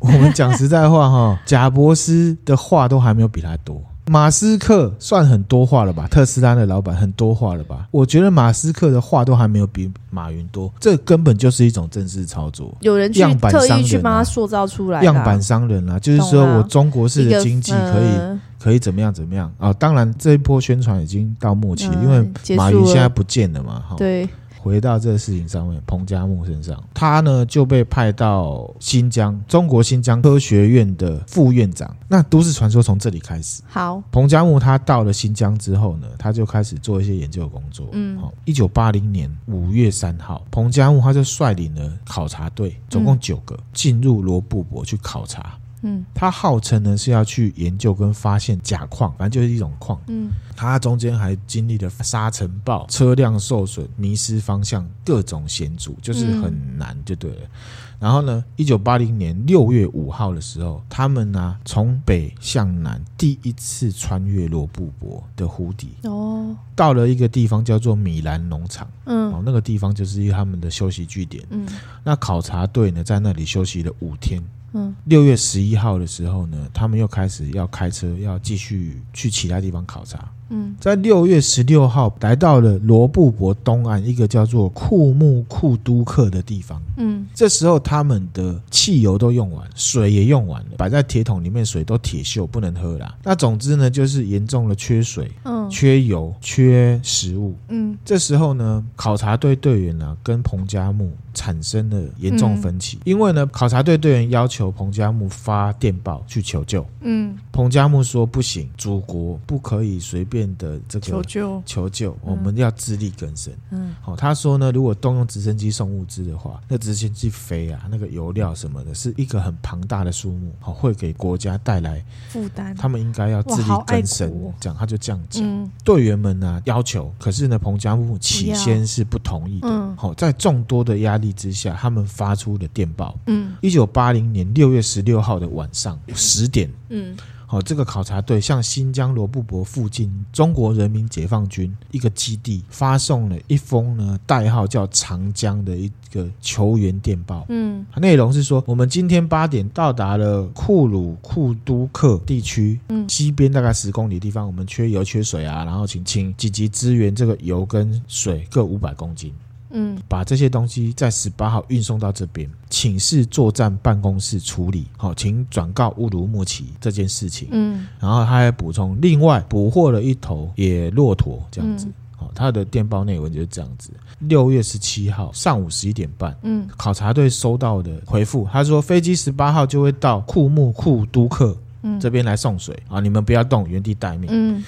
Speaker 1: 我们讲实在话哈， <laughs> 贾伯斯的话都还没有比他多。马斯克算很多话了吧？特斯拉的老板很多话了吧？我觉得马斯克的话都还没有比马云多，这根本就是一种政治操作，
Speaker 2: 有人去
Speaker 1: 样板
Speaker 2: 特
Speaker 1: 商
Speaker 2: 意去
Speaker 1: 人
Speaker 2: 帮
Speaker 1: 啊
Speaker 2: 他塑造出来的啊
Speaker 1: 样板商人啦、就是说
Speaker 2: 懂啊
Speaker 1: 我中国式
Speaker 2: 一
Speaker 1: 的
Speaker 2: 个
Speaker 1: 经济
Speaker 2: 呃
Speaker 1: 可以可以怎么样怎么样啊？当然这一波宣传已经到末期，
Speaker 2: 嗯
Speaker 1: 因为
Speaker 2: 结
Speaker 1: 马
Speaker 2: 束
Speaker 1: 云
Speaker 2: 了
Speaker 1: 现在不见了嘛，哈。
Speaker 2: 对，
Speaker 1: 回到这个事情上面，彭加木身上，他呢就被派到新疆中国新疆科学院的副院长。那都市传说从这里开始。
Speaker 2: 好，
Speaker 1: 彭加木他到了新疆之后呢，他就开始做一些研究工作。
Speaker 2: 嗯
Speaker 1: 好，一九八零年五月三号，彭加木他就率领了考察队，总共九个，进入罗布泊去考察。
Speaker 2: 嗯
Speaker 1: 他号称呢是要去研究跟发现钾矿，反正就是一种矿。
Speaker 2: 嗯，
Speaker 1: 他中间还经历了沙尘暴、车辆受损、迷失方向、各种险阻，就是很难就对了。然后呢，一九八零年六月五号的时候，他们呢、从北向南第一次穿越罗布泊的湖底，
Speaker 2: 哦，
Speaker 1: 到了一个地方叫做米兰农场，
Speaker 2: 嗯
Speaker 1: 哦，那个地方就是他们的休息据点。
Speaker 2: 嗯
Speaker 1: 那考察队呢，在那里休息了五天。
Speaker 2: 嗯
Speaker 1: 六月十一号的时候呢，他们又开始要开车，要继续去其他地方考察。
Speaker 2: 嗯
Speaker 1: 在六月十六号来到了罗布泊东岸一个叫做库木库都克的地方。
Speaker 2: 嗯，
Speaker 1: 这时候他们的汽油都用完，水也用完了，摆在铁桶里面水都铁锈，不能喝啦。那总之呢，就是严重的缺水、
Speaker 2: 嗯
Speaker 1: 缺油、缺食物。
Speaker 2: 嗯
Speaker 1: 这时候呢，考察队队员呢、跟彭加木产生了严重分
Speaker 2: 嗯
Speaker 1: 歧，因为呢，考察队队员要求彭加木发电报去求救，
Speaker 2: 嗯，
Speaker 1: 彭加木说不行，祖国不可以随便的这个
Speaker 2: 求救，
Speaker 1: 求救，我们要自力更生。
Speaker 2: 嗯
Speaker 1: 好、他说呢，如果动用直升机送物资的话，那直升机飞啊，那个油料什么的，是一个很庞大的数目，好、会给国家带来
Speaker 2: 负担，
Speaker 1: 他们应该要自力
Speaker 2: 嗯哇好爱
Speaker 1: 更生
Speaker 2: 国哦。
Speaker 1: 这样他就这样讲，
Speaker 2: 嗯
Speaker 1: 队员们呢、要求，可是呢，彭加木起先是不同意的。
Speaker 2: 不
Speaker 1: 好、
Speaker 2: 要嗯
Speaker 1: 在众多的压力之下，他们发出了电报。
Speaker 2: 嗯
Speaker 1: 一九八零年六月十六号的晚上十点，
Speaker 2: 嗯
Speaker 1: 好、这个考察队向新疆罗布泊附近中国人民解放军一个基地发送了一封呢代号叫“长江”的一个求援电报。
Speaker 2: 嗯
Speaker 1: 内容是说，我们今天八点到达了库鲁库都克地区，
Speaker 2: 嗯
Speaker 1: 西边大概十公里地方，我们缺油缺水啊，然后请请紧急支援这个油跟水各五百公斤，
Speaker 2: 嗯
Speaker 1: 把这些东西在十八号运送到这边，请示作战办公室处理。好、请转告乌鲁木齐这件事情。
Speaker 2: 嗯
Speaker 1: 然后他还补充，另外捕获了一头野骆驼，这样子
Speaker 2: 嗯。
Speaker 1: 好、他的电报内文就是这样子。六月十七号上午十一点半，
Speaker 2: 嗯
Speaker 1: 考察队收到的回复，他说飞机十八号就会到库木库都克
Speaker 2: 嗯
Speaker 1: 这边来送水啊，你们不要动，原地待命。
Speaker 2: 嗯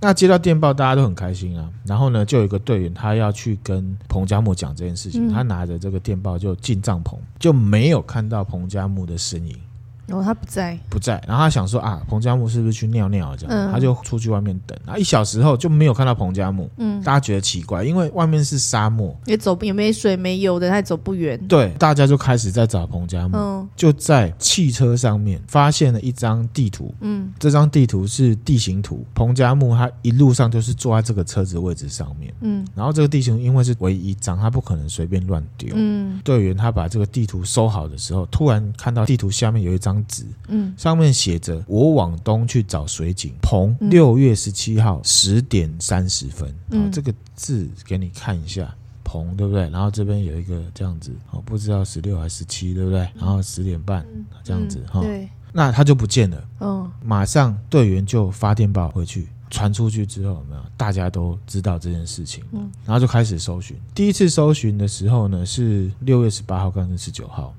Speaker 1: 那接到电报，大家都很开心啊。然后呢，就有一个队员他要去跟彭加木讲这件事情，
Speaker 2: 嗯
Speaker 1: 他拿着这个电报就进帐篷，就没有看到彭加木的身影。
Speaker 2: 然后他不在，
Speaker 1: 不在，然后他想说啊，彭加木是不是去尿尿了这样？
Speaker 2: 嗯
Speaker 1: 他就出去外面等。啊然后一小时后就没有看到彭加木，
Speaker 2: 嗯，
Speaker 1: 大家觉得奇怪，因为外面是沙漠，
Speaker 2: 也走不也没水没油的，他也走不远。
Speaker 1: 对，大家就开始在找彭加木。
Speaker 2: 嗯
Speaker 1: 就在汽车上面发现了一张地图，
Speaker 2: 嗯
Speaker 1: 这张地图是地形图。彭加木他一路上就是坐在这个车子位置上面，
Speaker 2: 嗯
Speaker 1: 然后这个地形因为是唯一一张，他不可能随便乱丢。
Speaker 2: 嗯
Speaker 1: 队员他把这个地图收好的时候，突然看到地图下面有一张纸，
Speaker 2: 嗯
Speaker 1: 上面写着“我往东去找水井”，彭
Speaker 2: 嗯
Speaker 1: 六月十七号十点三十分。
Speaker 2: 嗯
Speaker 1: 嗯，这个字给你看一下，彭对不对？然后这边有一个这样子，哦，不知道十六还是十七，对不对？然后十点半哦
Speaker 2: 嗯，
Speaker 1: 这样子
Speaker 2: 嗯
Speaker 1: 哈，
Speaker 2: 对，
Speaker 1: 那他就不见了。
Speaker 2: 嗯
Speaker 1: 马上队员就发电报回去，传出去之后，有没有大家都知道这件事情，
Speaker 2: 嗯
Speaker 1: 然后就开始搜寻。第一次搜寻的时候呢，是六月十八号跟十九号。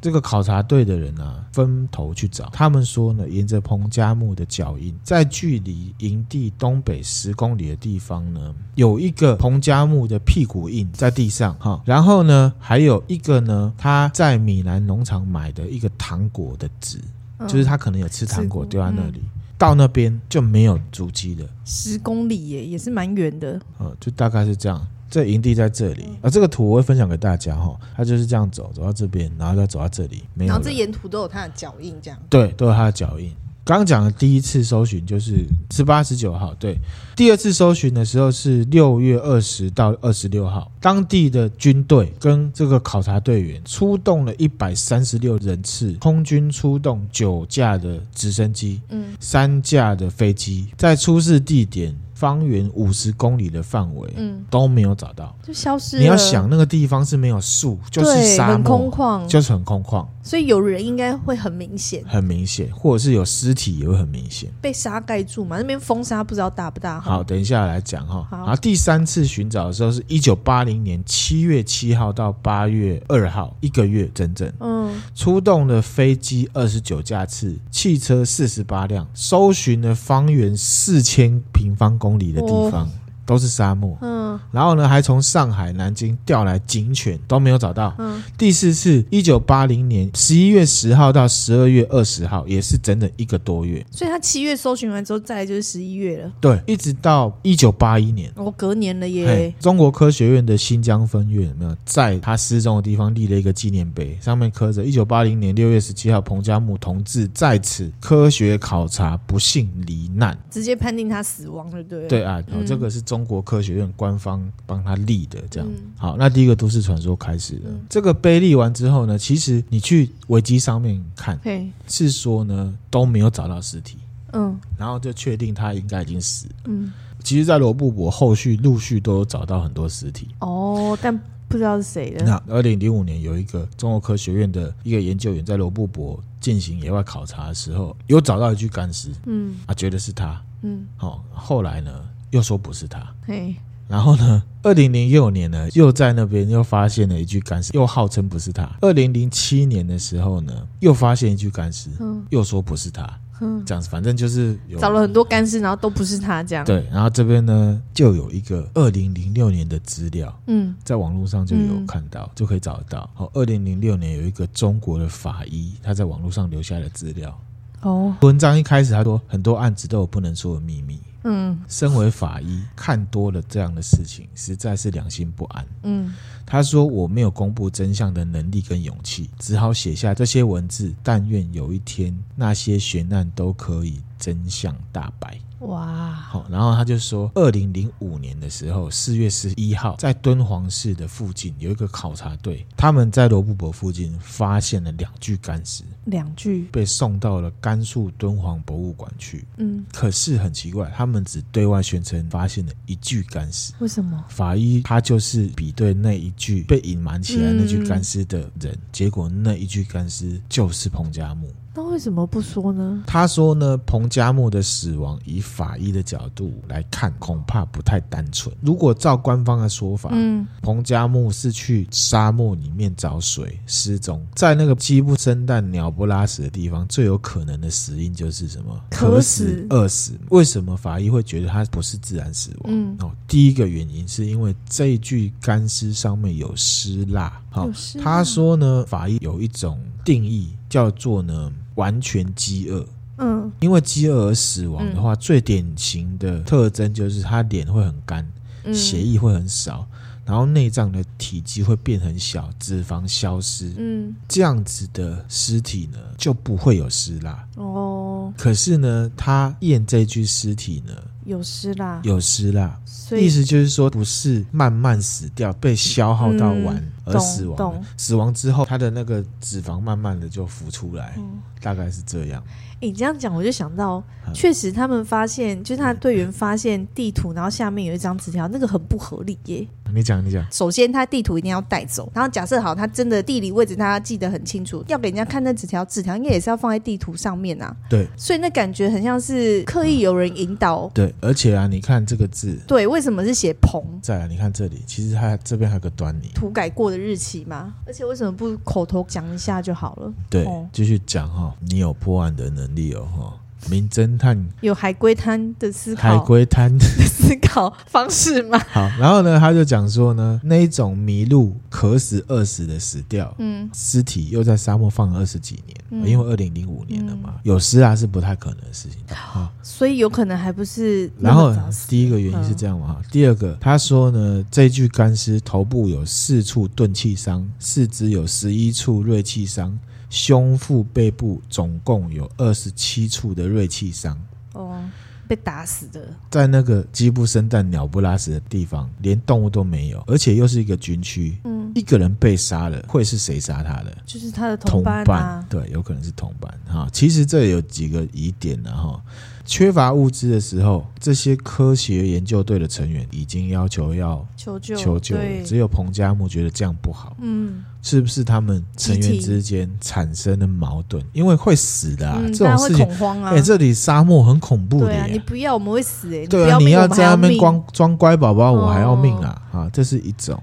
Speaker 1: 这个考察队的人啊，分头去找。他们说呢，沿着彭加木的脚印，在距离营地东北十公里的地方呢，有一个彭加木的屁股印在地上哈。然后呢，还有一个呢，他在米兰农场买的一个糖果的纸，
Speaker 2: 嗯
Speaker 1: 就是他可能有吃糖果
Speaker 2: 吃
Speaker 1: 丢在那里，到那边就没有足迹了，
Speaker 2: 十公里耶，也是蛮远的。
Speaker 1: 呃，就大概是这样。这营地在这里，
Speaker 2: 嗯
Speaker 1: 啊，这个图我会分享给大家哈、他就是这样走，走到这边，然后再走到这里，没有
Speaker 2: 然
Speaker 1: 了。
Speaker 2: 后这沿途都有他的脚印，这样。
Speaker 1: 对，都有他的脚印。刚刚讲的第一次搜寻就是十八、十九号，对。第二次搜寻的时候是六月二十到二十六号，当地的军队跟这个考察队员出动了一百三十六人次，空军出动九架的直升机，
Speaker 2: 嗯
Speaker 1: 三架的飞机在出事地点方圆五十公里的范围、
Speaker 2: 嗯，
Speaker 1: 都没有找到。
Speaker 2: 就消失了。
Speaker 1: 你要想那个地方是没有树，就是
Speaker 2: 对
Speaker 1: 沙
Speaker 2: 很空
Speaker 1: 漠，
Speaker 2: 旷，
Speaker 1: 就是很空旷，
Speaker 2: 所以有人应该会很明显
Speaker 1: 很明显，或者是有尸体也会很明显。
Speaker 2: 被沙盖住嘛。那边风沙不知道大不大哈。
Speaker 1: 好，等一下来讲哈。
Speaker 2: 好
Speaker 1: 然后第三次寻找的时候是一九八零年七月七号到八月二号，一个月整整
Speaker 2: 嗯
Speaker 1: 出动了飞机二十九架次，汽车四十八辆，搜寻了方圆四千平方公里的地方，都是沙漠。
Speaker 2: 嗯
Speaker 1: 然后呢，还从上海、南京调来警犬，都没有找到。
Speaker 2: 嗯
Speaker 1: 第四次，一九八零年十一月十号到十二月二十号，也是整整一个多月。
Speaker 2: 所以他七月搜寻完之后，再来就是十一月了，
Speaker 1: 对，一直到一九八一年。
Speaker 2: 我、隔年了
Speaker 1: 嘿
Speaker 2: 耶。
Speaker 1: 中国科学院的新疆分院有没有在他失踪的地方立了一个纪念碑，上面刻着“一九八零年六月十七号，彭加木同志在此科学考察不幸罹难
Speaker 2: 直接判定他死亡了，对”。不
Speaker 1: 对啊，哦
Speaker 2: 嗯
Speaker 1: 这个是中国科学院官方帮他立的，这样
Speaker 2: 嗯。
Speaker 1: 好，那第一个都市传说开始了
Speaker 2: 嗯。
Speaker 1: 这个碑立完之后呢，其实你去维基上面看，
Speaker 2: 嘿，
Speaker 1: 是说呢都没有找到尸体，
Speaker 2: 嗯
Speaker 1: 然后就确定他应该已经死了。
Speaker 2: 嗯，
Speaker 1: 其实，在罗布泊后续陆续都有找到很多尸体。
Speaker 2: 哦，但不知道是谁的。
Speaker 1: 那二零零五年有一个中国科学院的一个研究员在罗布泊进行野外考察的时候，有找到一具干尸
Speaker 2: 嗯
Speaker 1: 啊，觉得是他。
Speaker 2: 嗯，
Speaker 1: 哦，后来呢又说不是他。
Speaker 2: 嘿，
Speaker 1: 然后呢，二零零六年呢又在那边又发现了一具干尸，又号称不是他。二零零七年的时候呢，又发现一具干尸，
Speaker 2: 嗯
Speaker 1: 又说不是他。
Speaker 2: 嗯，
Speaker 1: 这样子，反正就是有
Speaker 2: 找了很多干尸，然后都不是他这样。，
Speaker 1: 对，然后这边呢就有一个二零零六年的资料，
Speaker 2: 嗯
Speaker 1: 在网络上就有
Speaker 2: 嗯
Speaker 1: 看到，就可以找得到。好，二零零六年有一个中国的法医，他在网络上留下的资料。
Speaker 2: 哦，
Speaker 1: 文章一开始他说，很多案子都有不能说的秘密。
Speaker 2: 嗯
Speaker 1: 身为法医，看多了这样的事情，实在是良心不安。
Speaker 2: 嗯
Speaker 1: 他说：“我没有公布真相的能力跟勇气，只好写下这些文字。但愿有一天，那些悬案都可以真相大白。”
Speaker 2: 哇，
Speaker 1: 好，然后他就说，二零零五年的时候，四月十一号，在敦煌市的附近有一个考察队，他们在罗布泊附近发现了两具干尸，
Speaker 2: 两句，
Speaker 1: 被送到了甘肃敦煌博物馆去。
Speaker 2: 嗯，
Speaker 1: 可是很奇怪，他们只对外宣称发现了一具干尸。
Speaker 2: 为什么？
Speaker 1: 法医他就是比对那一具被隐瞒起来那具干尸的人，结果那一具干尸就是彭加木。
Speaker 2: 那为什么不说呢？
Speaker 1: 他说呢，彭加木的死亡以法医的角度来看，恐怕不太单纯。如果照官方的说法，
Speaker 2: 嗯，
Speaker 1: 彭加木是去沙漠里面找水失踪，在那个鸡不生蛋、鸟不拉屎的地方，最有可能的死因就是什么？
Speaker 2: 渴
Speaker 1: 死
Speaker 2: 死、
Speaker 1: 饿死。为什么法医会觉得他不是自然死亡？
Speaker 2: 嗯
Speaker 1: 哦，第一个原因是因为这一具干尸上面有尸蜡。好、
Speaker 2: 有尸蜡
Speaker 1: 他说呢，法医有一种定义叫做呢完全饥饿。
Speaker 2: 嗯
Speaker 1: 因为饥饿而死亡的话，最典型的特征就是他脸会很干，
Speaker 2: 嗯，
Speaker 1: 血液会很少，然后内脏的体积会变很小，脂肪消失，
Speaker 2: 嗯，
Speaker 1: 这样子的尸体呢就不会有尸蜡。
Speaker 2: 哦，
Speaker 1: 可是呢，他验这具尸体呢
Speaker 2: 有湿啦，
Speaker 1: 有尸蜡，
Speaker 2: 所
Speaker 1: 意
Speaker 2: 以
Speaker 1: 思就是说不是慢慢死掉，被消耗到完
Speaker 2: 嗯
Speaker 1: 而
Speaker 2: 懂
Speaker 1: 死亡的
Speaker 2: 懂。
Speaker 1: 死亡之后，他的那个脂肪慢慢的就浮出来，
Speaker 2: 嗯
Speaker 1: 大概是这样。
Speaker 2: 诶你这样讲，我就想到
Speaker 1: 嗯，
Speaker 2: 确实他们发现，就是他的队员发现地图，然后下面有一张纸条，那个很不合理耶。
Speaker 1: 你讲，你讲，
Speaker 2: 首先，他地图一定要带走，然后假设好，他真的地理位置他记得很清楚，要给人家看那纸条，纸条应该也是要放在地图上面啊，
Speaker 1: 对。
Speaker 2: 所以那感觉很像是刻意有人引导。
Speaker 1: 对，而且啊，你看这个字，
Speaker 2: 对，为什么是写棚？
Speaker 1: 再来你看这里，其实它这边还有个端倪。
Speaker 2: 涂改过的日期吗？而且为什么不口头讲一下就好了？
Speaker 1: 对
Speaker 2: 哦，
Speaker 1: 继续讲哈、你有破案的能力哦哈、名侦探
Speaker 2: 有海龟滩的思
Speaker 1: 海
Speaker 2: 考
Speaker 1: 龟
Speaker 2: <laughs>
Speaker 1: 滩。
Speaker 2: 思考方式吗？
Speaker 1: 好，然后呢，他就讲说呢，那一种迷路、渴死、饿死的死掉，
Speaker 2: 嗯
Speaker 1: 尸体又在沙漠放了二十几年，
Speaker 2: 嗯
Speaker 1: 因为二零零五年了嘛，有尸啊是不太可能的事情啊。
Speaker 2: 所以有可能还不是那
Speaker 1: 然后
Speaker 2: 么早死嗯
Speaker 1: 第一个原因是这样嘛，哈、第二个他说呢，这具干尸头部有四处钝器伤，四肢有十一处锐器伤，胸腹背部总共有二十七处的锐器伤。
Speaker 2: 哦，被打死的，
Speaker 1: 在那个鸡不生蛋、鸟不拉屎的地方，连动物都没有，而且又是一个军区，
Speaker 2: 嗯，
Speaker 1: 一个人被杀了，会是谁杀他的？
Speaker 2: 就是他的
Speaker 1: 同
Speaker 2: 伴啊，
Speaker 1: 对，有可能是同伴哈。其实这有几个疑点呢、哈。缺乏物资的时候，这些科学研究队的成员已经要求要
Speaker 2: 求救
Speaker 1: 求救了，
Speaker 2: 对
Speaker 1: 只有彭加木觉得这样不好，
Speaker 2: 嗯，
Speaker 1: 是不是他们成
Speaker 2: 集
Speaker 1: 员
Speaker 2: 体
Speaker 1: 之间产生的矛盾？因为会死的啊，
Speaker 2: 嗯
Speaker 1: 这
Speaker 2: 大家
Speaker 1: 种
Speaker 2: 会
Speaker 1: 事情，
Speaker 2: 恐慌啊，
Speaker 1: 哎、这里沙漠很恐怖的
Speaker 2: 对啊，
Speaker 1: 耶
Speaker 2: 你。不要我们会死哎，
Speaker 1: 对
Speaker 2: 不
Speaker 1: 啊，
Speaker 2: 命
Speaker 1: 你
Speaker 2: 我们还
Speaker 1: 在那边
Speaker 2: 命
Speaker 1: 装装乖宝宝，我还要命
Speaker 2: 哦
Speaker 1: 啊！啊，这是一种。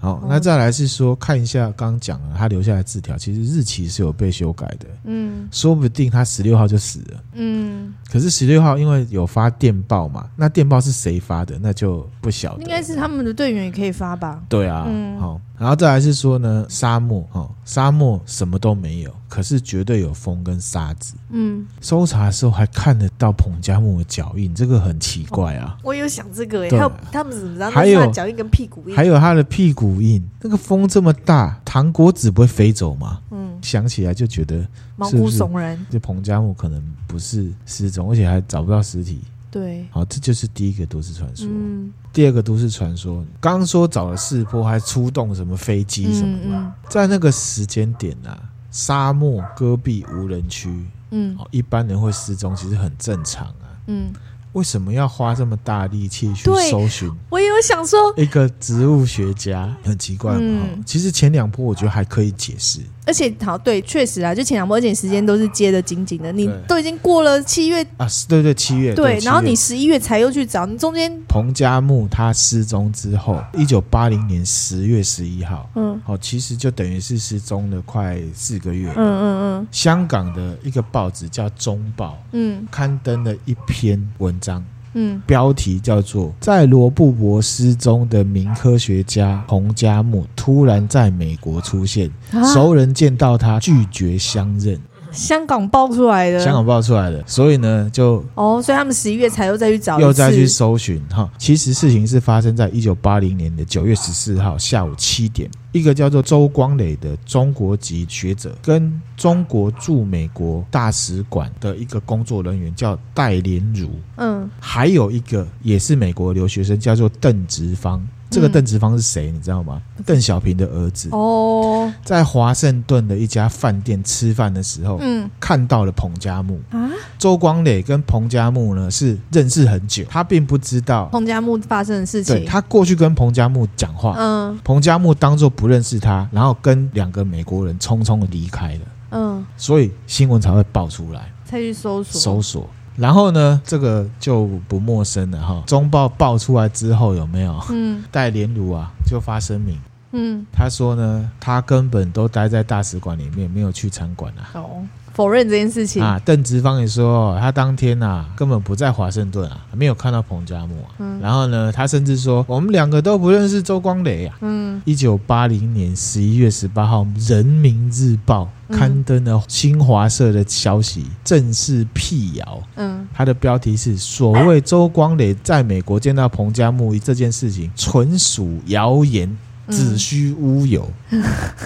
Speaker 1: 好，那再来是说看一下刚刚讲了他留下的字条，其实日期是有被修改的，
Speaker 2: 嗯
Speaker 1: 说不定他十六号就死了。
Speaker 2: 嗯，
Speaker 1: 可是十六号因为有发电报嘛，那电报是谁发的，那就不晓得。
Speaker 2: 应该是他们的队员也可以发吧，
Speaker 1: 对啊，好、
Speaker 2: 嗯
Speaker 1: 然后再来是说呢，沙漠哈、哦，沙漠什么都没有，可是绝对有风跟沙子。
Speaker 2: 嗯，
Speaker 1: 搜查的时候还看得到彭加木的脚印，这个很奇怪啊。
Speaker 2: 我有想这个哎，
Speaker 1: 对
Speaker 2: 还有他们怎么知道
Speaker 1: 还
Speaker 2: 那是他
Speaker 1: 有
Speaker 2: 的脚印跟屁股印
Speaker 1: 还，有他的屁股印，那个风这么大，糖果纸不会飞走吗？
Speaker 2: 嗯，
Speaker 1: 想起来就觉得
Speaker 2: 毛
Speaker 1: 是不
Speaker 2: 骨
Speaker 1: 是
Speaker 2: 悚然，
Speaker 1: 这彭加木可能不是失踪，而且还找不到尸体。
Speaker 2: 对，
Speaker 1: 好，这就是第一个都市传说。
Speaker 2: 嗯
Speaker 1: 第二个都市传说，刚刚说找了四坡，还出动什么飞机什么啊的，
Speaker 2: 嗯
Speaker 1: 在那个时间点啊，沙漠、戈壁、无人区，
Speaker 2: 嗯
Speaker 1: 哦，一般人会失踪，其实很正常啊。
Speaker 2: 嗯，
Speaker 1: 为什么要花这么大力气去
Speaker 2: 对
Speaker 1: 搜寻
Speaker 2: 我也有想说，
Speaker 1: 一个植物学家？很奇怪嘛、
Speaker 2: 嗯
Speaker 1: 哦其实前两波我觉得还可以解释，
Speaker 2: 而且好对，确实啊，就前两波，而且时间都是接的紧紧的，你
Speaker 1: 对
Speaker 2: 都已经过了七月
Speaker 1: 啊，是对对，七月
Speaker 2: 对，
Speaker 1: 七
Speaker 2: 然后
Speaker 1: 月
Speaker 2: 你十一月才又去找，你中间
Speaker 1: 彭加木他失踪之后，一九八零年十月十一号，
Speaker 2: 嗯
Speaker 1: 哦，其实就等于是失踪了快四个月。
Speaker 2: 嗯嗯
Speaker 1: 香港的一个报纸叫《中报》，
Speaker 2: 嗯
Speaker 1: 刊登了一篇文章，
Speaker 2: 嗯
Speaker 1: 标题叫做《在罗布泊失踪的名科学家彭加木突然在美国出现，
Speaker 2: 嗯，啊
Speaker 1: 熟人见到他拒绝相认》。
Speaker 2: 香港爆出来的，
Speaker 1: 香港报出来的，所以呢，就
Speaker 2: 哦，所以他们十一月才又再去找一次，
Speaker 1: 又再去搜寻哈。其实事情是发生在一九八零年的九月十四号下午七点，一个叫做周光磊的中国籍学者跟中国驻美国大使馆的一个工作人员叫戴连如，
Speaker 2: 嗯
Speaker 1: 还有一个也是美国留学生叫做邓植芳。这个邓植芳是谁？你知道吗？邓小平的儿子，
Speaker 2: 嗯哦
Speaker 1: 在华盛顿的一家饭店吃饭的时候，
Speaker 2: 嗯
Speaker 1: 看到了彭加木。
Speaker 2: 啊，
Speaker 1: 周光磊跟彭加木呢是认识很久，他并不知道，
Speaker 2: 彭加木发生的事
Speaker 1: 对
Speaker 2: 情，
Speaker 1: 他过去跟彭加木讲话，
Speaker 2: 嗯
Speaker 1: 彭加木当做不认识他，然后跟两个美国人匆匆地离开了。
Speaker 2: 嗯，
Speaker 1: 所以新闻才会爆出来
Speaker 2: 再去搜索，
Speaker 1: 搜索。然后呢，这个就不陌生了哈。中报爆出来之后，有没有 <laughs>
Speaker 2: 嗯
Speaker 1: 戴连儒啊就发声明，
Speaker 2: 嗯，
Speaker 1: 他说呢，他根本都待在大使馆里面，没有去餐馆啊。
Speaker 2: 哦，否认这件事情，
Speaker 1: 啊，邓植芳也说，他当天啊根本不在华盛顿啊，没有看到彭加木啊。
Speaker 2: 嗯
Speaker 1: 然后呢，他甚至说，我们两个都不认识周光磊啊。
Speaker 2: 嗯
Speaker 1: 一九八零年十一月十八号，《人民日报》
Speaker 2: 嗯
Speaker 1: 刊登了新华社的消息，正式辟谣。
Speaker 2: 嗯
Speaker 1: 它的标题是“所谓周光磊在美国见到彭加木这件事情纯属谣言，
Speaker 2: 嗯
Speaker 1: 子虚乌
Speaker 2: <laughs>
Speaker 1: 有”，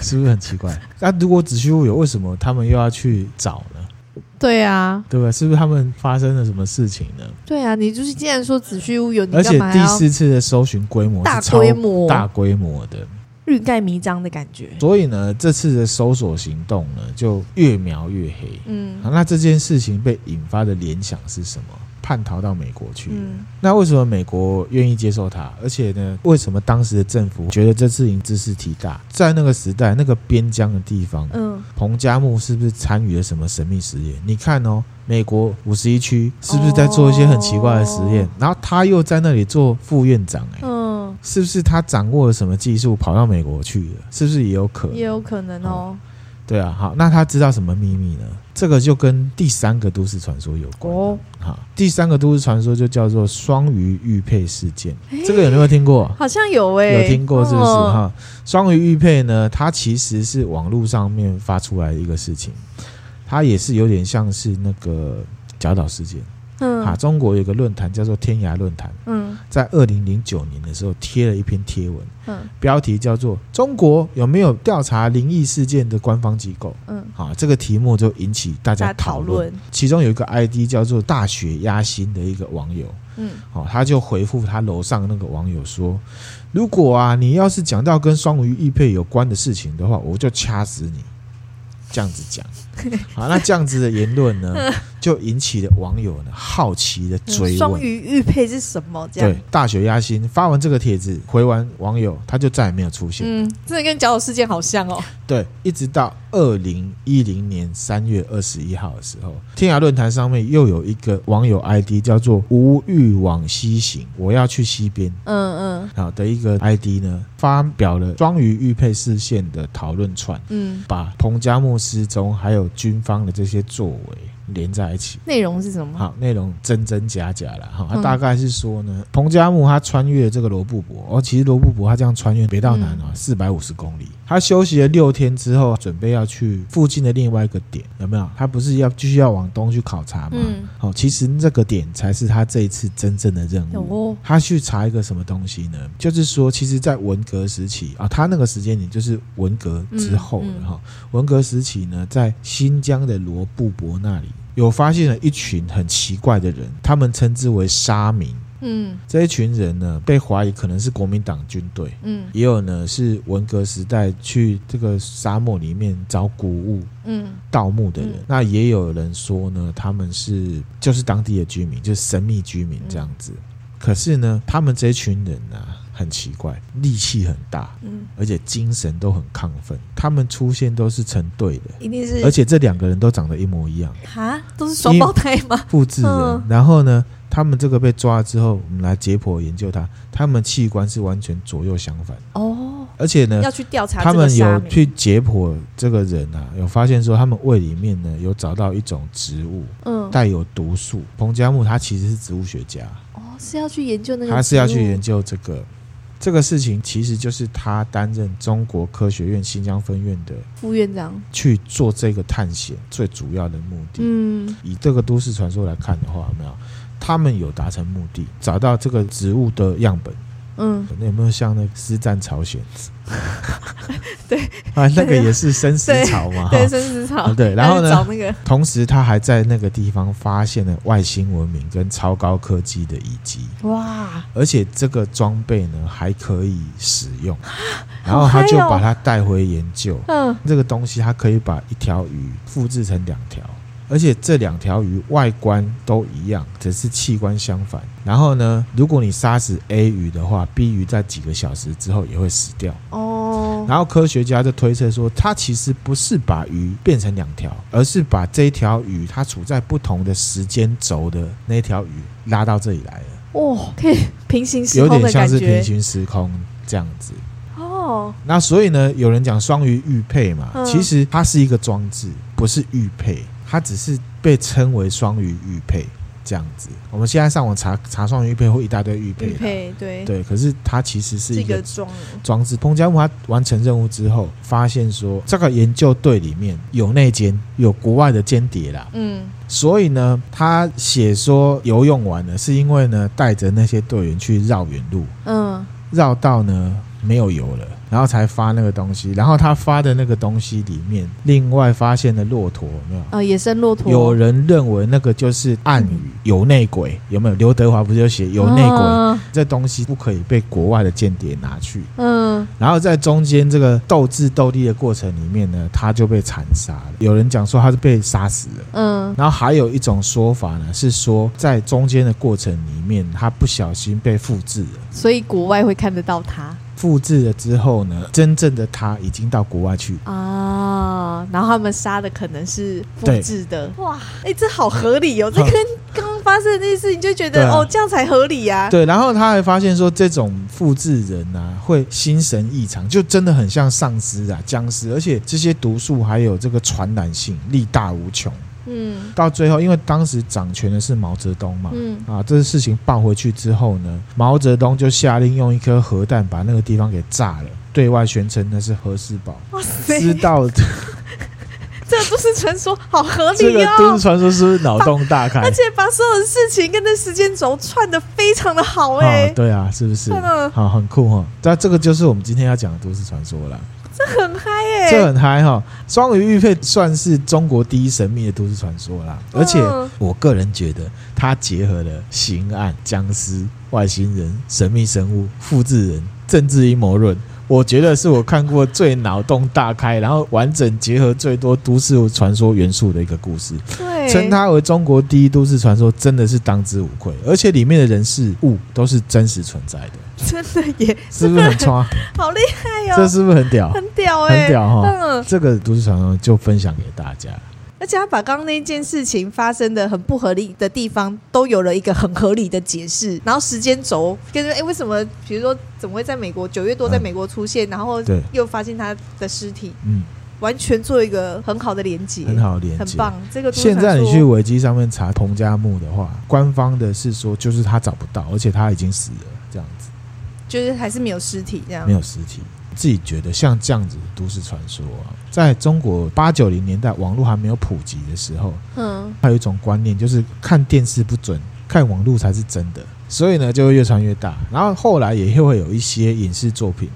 Speaker 1: 是不是很奇怪？那、如果子虚乌有，为什么他们又要去找呢？
Speaker 2: 对啊，
Speaker 1: 对吧？是不是他们发生了什么事情呢？
Speaker 2: 对啊，你就是既然说子虚乌有，你
Speaker 1: 而
Speaker 2: 干
Speaker 1: 且
Speaker 2: 嘛
Speaker 1: 第
Speaker 2: 要
Speaker 1: 四次的搜寻规模
Speaker 2: 大
Speaker 1: 是超
Speaker 2: 规模、
Speaker 1: 大规模的，
Speaker 2: 欲盖弥彰的感觉？
Speaker 1: 所以呢，这次的搜索行动呢，就越描越黑。啊
Speaker 2: 嗯
Speaker 1: 好那这件事情被引发的联想是什么？叛逃到美国去了。
Speaker 2: 嗯
Speaker 1: 那为什么美国愿意接受他？而且呢，为什么当时的政府觉得这次营知识体大？在那个时代，那个边疆的地方，
Speaker 2: 嗯
Speaker 1: 彭加木是不是参与了什么神秘实验？你看哦，美国五十一区是不是在做一些很奇怪的实验？
Speaker 2: 哦
Speaker 1: 然后他又在那里做副院长、哎、
Speaker 2: 嗯，
Speaker 1: 是不是他掌握了什么技术跑到美国去了？是不是也有可能？
Speaker 2: 也有可能哦。
Speaker 1: 对啊，好，那他知道什么秘密呢？这个就跟第三个都市传说有关。
Speaker 2: 哦，
Speaker 1: 好，第三个都市传说就叫做双鱼玉佩事件，这个有没有听过？
Speaker 2: 好像有诶、
Speaker 1: 有听过是不是？
Speaker 2: 嗯
Speaker 1: 哈、双鱼玉佩呢，它其实是网络上面发出来的一个事情，它也是有点像是那个角岛事件。啊，
Speaker 2: 嗯
Speaker 1: 中国有个论坛叫做天涯论坛，
Speaker 2: 嗯
Speaker 1: 在二零零九年的时候贴了一篇贴文，
Speaker 2: 嗯
Speaker 1: 标题叫做“中国有没有调查灵异事件的官方机构”。
Speaker 2: 嗯，
Speaker 1: 啊，这个题目就引起大
Speaker 2: 大
Speaker 1: 家
Speaker 2: 家讨
Speaker 1: 讨论。
Speaker 2: 论，
Speaker 1: 其中有一个 ID 叫做“大雪压心”的一个网友， <laughs>
Speaker 2: 嗯
Speaker 1: 哦，他就回复他楼上那个网友说：“如果啊，你要是讲到跟双鱼玉佩有关的事情的话，我就掐死你。”这样子讲，好，那这样子的言论
Speaker 2: <laughs>
Speaker 1: 呢，就引起了网友呢好奇的追
Speaker 2: 嗯双
Speaker 1: 问。
Speaker 2: 鱼玉佩是什么？这样嗯
Speaker 1: 对，大雪压心发完这个帖子，回完网友，他就再也没有出现。
Speaker 2: 嗯，真的跟角斗事件好像哦。
Speaker 1: 对，一直到二零一零年三月二十一号的时候，天涯论坛上面又有一个网友 ID 叫做“无欲往西行”，我要去西边。
Speaker 2: 嗯
Speaker 1: 好的一个 ID 呢，发表了双鱼玉佩事件的讨论串，
Speaker 2: 嗯嗯，
Speaker 1: 把彭加木失踪还有军方的这些作为连在一起。
Speaker 2: 内容是什么？
Speaker 1: 好，内容真真假假了哈。它
Speaker 2: 嗯
Speaker 1: 大概是说呢，彭加木他穿越这个罗布泊，哦，其实罗布泊他这样穿越北到南
Speaker 2: 嗯
Speaker 1: 啊，四百五十公里。他休息了六天之后，准备要去附近的另外一个点，有没有？他不是要继续要往东去考察吗？
Speaker 2: 嗯
Speaker 1: 哦，其实这个点才是他这一次真正的任务。
Speaker 2: 有哦，
Speaker 1: 他去查一个什么东西呢？就是说，其实，在文革时期啊，他那个时间点就是文革之后
Speaker 2: 嗯
Speaker 1: 了
Speaker 2: 嗯
Speaker 1: 哈、文革时期呢，在新疆的罗布泊那里，有发现了一群很奇怪的人，他们称之为沙民。
Speaker 2: 嗯
Speaker 1: 这一群人呢，被怀疑可能是国民党军队，
Speaker 2: 嗯
Speaker 1: 也有呢是文革时代去这个沙漠里面找古物。
Speaker 2: 嗯
Speaker 1: 盗墓的人，
Speaker 2: 嗯
Speaker 1: 那也有人说呢，他们是就是当地的居民，就是神秘居民
Speaker 2: 嗯
Speaker 1: 这样子。可是呢，他们这群人啊，很奇怪，力气很大，
Speaker 2: 嗯，
Speaker 1: 而且精神都很亢奋。他们出现都是成对的，
Speaker 2: 一定是
Speaker 1: 而且这两个人都长得一模一样，
Speaker 2: 哈，都是双胞胎吗？
Speaker 1: 复制人。
Speaker 2: 嗯
Speaker 1: 然后呢，他们这个被抓了之后，我们来解剖研究他，他们器官是完全左右相反，
Speaker 2: 哦，
Speaker 1: 而且呢，
Speaker 2: 要去调查
Speaker 1: 他
Speaker 2: 这个
Speaker 1: 们有
Speaker 2: 沙弥
Speaker 1: 去解剖这个人啊，有发现说他们胃里面呢有找到一种植物
Speaker 2: 嗯
Speaker 1: 带有毒素。彭加木他其实是植物学家，
Speaker 2: 哦是要去研究那个，
Speaker 1: 他是要去研，究这个这个事情，其实就是他担任中国科学院新疆分院的
Speaker 2: 副院长，
Speaker 1: 去做这个探险最主要的目的。
Speaker 2: 嗯
Speaker 1: 以这个都市传说来看的话，有没有？他们有达成目的，找到这个植物的样本，
Speaker 2: 嗯，
Speaker 1: 那有没有像那个师战朝鲜？
Speaker 2: <laughs> 对
Speaker 1: <laughs> 啊，那个也是生死
Speaker 2: 对
Speaker 1: 草嘛，哈
Speaker 2: 对，生死草
Speaker 1: 啊，对然后呢
Speaker 2: 要去找那个，
Speaker 1: 同时，他还在那个地方发现了外星文明跟超高科技的遗迹，
Speaker 2: 哇，
Speaker 1: 而且这个装备呢还可以使
Speaker 2: <gasps>
Speaker 1: 用。然后他就
Speaker 2: 好嗨哦
Speaker 1: 把它带回研究。
Speaker 2: 嗯
Speaker 1: 这个东西它可以把一条鱼复制成两条，而且这两条鱼外观都一样，只是器官相反。然后呢，如果你杀死 A 鱼的话，B 鱼在几个小时之后也会死掉。
Speaker 2: 哦，哦，
Speaker 1: 然后科学家就推测说，它其实不是把鱼变成两条，而是把这一条鱼它处在不同的时间轴的那条鱼拉到这里来了，
Speaker 2: 哦，可以平行时
Speaker 1: 有
Speaker 2: 空
Speaker 1: 点
Speaker 2: 的
Speaker 1: 像
Speaker 2: 感
Speaker 1: 是平
Speaker 2: 觉
Speaker 1: 行时空这样子。
Speaker 2: 哦，
Speaker 1: 那所以呢，有人讲双鱼玉佩嘛，
Speaker 2: 嗯
Speaker 1: 其实它是一个装置，不是玉佩，它只是被称为双鱼玉佩这样子。我们现在上网查查双鱼玉佩，会一大堆玉佩
Speaker 2: 玉
Speaker 1: 啦，
Speaker 2: 佩对，
Speaker 1: 对，可是它其实是
Speaker 2: 这
Speaker 1: 一
Speaker 2: 个
Speaker 1: 个
Speaker 2: 装
Speaker 1: 装置。彭加木他完成任务之后，发现说这个研究队里面有内奸，有国外的间谍啦，
Speaker 2: 嗯
Speaker 1: 所以呢，他写说游泳完了，是因为呢带着那些队员去绕远路，
Speaker 2: 嗯，
Speaker 1: 绕到呢没有油了，然后才发那个东西。然后他发的那个东西里面，另外发现了骆驼，有没有？
Speaker 2: 呃，野生骆驼
Speaker 1: 有人认为那个就是暗语有内鬼，有没有？刘德华不是就写有内鬼？
Speaker 2: 啊
Speaker 1: 这东西不可以被国外的间谍拿去。
Speaker 2: 嗯
Speaker 1: 然后在中间这个斗智斗力的过程里面呢，他就被残杀了。有人讲说他是被杀死了。
Speaker 2: 嗯
Speaker 1: 然后还有一种说法呢，是说在中间的过程里面，他不小心被复制了。
Speaker 2: 所以国外会看得到它
Speaker 1: 复制了之后呢，真正的他已经到国外去。
Speaker 2: 啊，然后他们杀的可能是复
Speaker 1: 对
Speaker 2: 制的，哇，哎、这好合理哦，这
Speaker 1: 嗯
Speaker 2: 跟刚刚发生的那些事情就觉
Speaker 1: 对
Speaker 2: 得、
Speaker 1: 啊
Speaker 2: 哦，这样才合理呀、啊，
Speaker 1: 对，然后他还发现说，这种复制人啊，会心神异常，就真的很像丧尸啊、僵尸，而且这些毒素还有这个传染性力大无穷。
Speaker 2: 嗯
Speaker 1: 到最后，因为当时掌权的是毛泽东嘛，
Speaker 2: 嗯，
Speaker 1: 啊，这事情报回去之后呢，毛泽东就下令用一颗核弹把那个地方给炸了，对外宣称那是核试爆。
Speaker 2: 哇塞，
Speaker 1: 知道
Speaker 2: 这都市传说好合
Speaker 1: 这
Speaker 2: 理啊
Speaker 1: 个都
Speaker 2: 哦
Speaker 1: 市。传说是不是脑洞大开？
Speaker 2: 而且把所有的事情跟那时间轴串的非常的好哎、
Speaker 1: 哦，对啊，是不是？
Speaker 2: 真的
Speaker 1: 好，很酷哈。那这个就是我们今天要讲的都市传说啦，
Speaker 2: 这很嗨哎、
Speaker 1: 这很嗨哈。双鱼玉佩算是中国第一神秘的都市传说啦，而且
Speaker 2: 嗯
Speaker 1: 我个人觉得它结合了刑案、僵尸、外星人、神秘生物、复制人、政治阴谋论。我觉得是我看过最脑洞大开，然后完整结合最多都市传说元素的一个故事。
Speaker 2: 对，
Speaker 1: 称它为中国第一都市传说，真的是当之无愧。而且里面的人事物都是真实存在的，
Speaker 2: 真的耶，
Speaker 1: 是不是
Speaker 2: <laughs>
Speaker 1: 很穿？
Speaker 2: 好厉害哦，
Speaker 1: 这是不是很屌？
Speaker 2: 很屌哎、
Speaker 1: 很屌哈！
Speaker 2: 嗯，
Speaker 1: 这个都市传说就分享给大家。
Speaker 2: 而且他把刚刚那件事情发生的很不合理的地方，都有了一个很合理的解释。然后时间轴跟哎、诶为什么，比如说怎么会在美国九月多在美国出现，然后
Speaker 1: 嗯对
Speaker 2: 又发现他的尸体，
Speaker 1: 嗯，
Speaker 2: 完全做一个很好的连接，
Speaker 1: 很，好连
Speaker 2: 很
Speaker 1: 接。
Speaker 2: 棒。这个都市
Speaker 1: 现在你
Speaker 2: 传
Speaker 1: 去
Speaker 2: 说
Speaker 1: 维基上面查彭加木的话，官方的是说就是他找不到，而且他已经死了，这样子
Speaker 2: 就是还是没有尸体这样
Speaker 1: 没，有尸体。自己觉得像这样子的都市传说啊，在中国八九零年代网络还没有普及的时候，
Speaker 2: 嗯，
Speaker 1: 还有一种观念，就是看电视不准，看网络才是真的。所以呢，就会越传越大。然后后来也会有一些影视作品，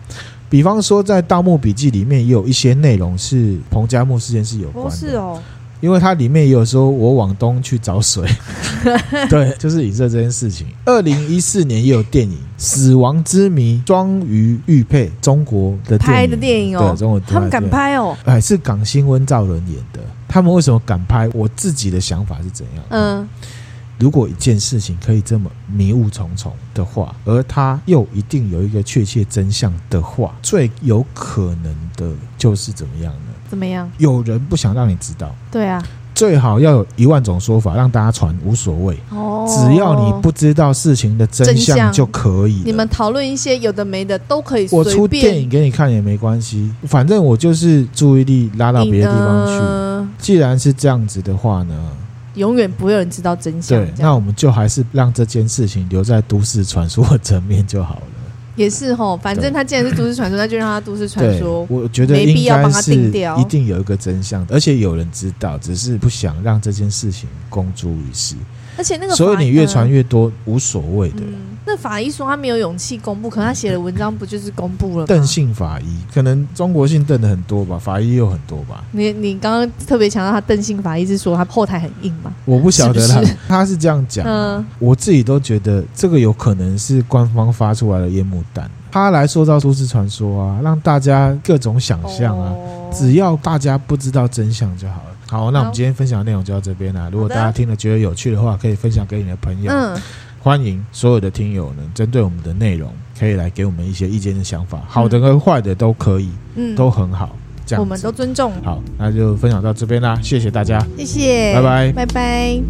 Speaker 1: 比方说在《盗墓笔记》里面也有一些内容是彭加木事件是有关
Speaker 2: 哦
Speaker 1: 的，
Speaker 2: 是哦，
Speaker 1: 因为它里面也有说我往东去找水， <laughs> 对，就是影射这件事情。二零一四年也有电影《死亡之谜》，庄于玉佩，中国的电影
Speaker 2: 拍的电影哦
Speaker 1: 对，中国
Speaker 2: 他们敢
Speaker 1: 拍的电影。
Speaker 2: 拍哦，
Speaker 1: 哎，是港星温兆伦演的。他们为什么敢拍？我自己的想法是怎样？
Speaker 2: 嗯，
Speaker 1: 如果一件事情可以这么迷雾重重的话，而它又一定有一个确切真相的话，最有可能的就是怎么样呢？
Speaker 2: 怎么样？
Speaker 1: 有人不想让你知道，
Speaker 2: 对啊，
Speaker 1: 最好要有一万种说法让大家传，无所谓，
Speaker 2: 哦，
Speaker 1: 只要你不知道事情的真
Speaker 2: 真
Speaker 1: 相
Speaker 2: 相
Speaker 1: 就可以了。
Speaker 2: 你们讨论一些有的没的都可以随
Speaker 1: 我
Speaker 2: 便，
Speaker 1: 出电影给你看也没关系，反正我就是注意力拉到别的地方
Speaker 2: 你
Speaker 1: 去。
Speaker 2: 呃
Speaker 1: 既然是这样子的话呢，
Speaker 2: 永远不会有人知道真相。
Speaker 1: 对，
Speaker 2: 这样
Speaker 1: 那我们就还是让这件事情留在都市传说的层面就好了。
Speaker 2: 也是吼，反正他既然是都市传说，那就让他都市传
Speaker 1: 对，
Speaker 2: 说。
Speaker 1: 我觉得
Speaker 2: 没必
Speaker 1: 应
Speaker 2: 要
Speaker 1: 该
Speaker 2: 帮它
Speaker 1: 是
Speaker 2: 定调
Speaker 1: 一定有一个真相，而且有人知道，只是不想让这件事情公诸于世，
Speaker 2: 而且那个法，
Speaker 1: 所以你越传越啊多无所谓的。
Speaker 2: 嗯，那法医说他没有勇气公布，可他写的文章不就是公布了
Speaker 1: 邓
Speaker 2: 吗？
Speaker 1: 姓法医，可能中国姓邓的很多吧，法医也有很多吧，
Speaker 2: 你你刚刚特别强调他邓姓法医是说他后台很硬嘛？
Speaker 1: 我不晓得啦。
Speaker 2: 是不是
Speaker 1: 他是这样讲，
Speaker 2: 嗯
Speaker 1: 我自己都觉得这个有可能是官方发出来的烟幕弹，他来塑造都市传说啊，让大家各种想象啊。
Speaker 2: 哦
Speaker 1: 只要大家不知道真相就好了。好，那我
Speaker 2: 好
Speaker 1: 们今天分享的内容就到这边啦。如果
Speaker 2: 好的
Speaker 1: 大家听了觉得有趣的话，可以分享给你的朋友。
Speaker 2: 嗯，
Speaker 1: 欢迎所有的听友呢，针对我们的内容，可以来给我们一些意见的想法，好的和坏的都可以，
Speaker 2: 嗯，
Speaker 1: 都很好。这样
Speaker 2: 我们
Speaker 1: 子
Speaker 2: 都尊重，
Speaker 1: 好，那就分享到这边啦，谢谢大家，
Speaker 2: 谢谢，
Speaker 1: 拜拜
Speaker 2: 拜拜。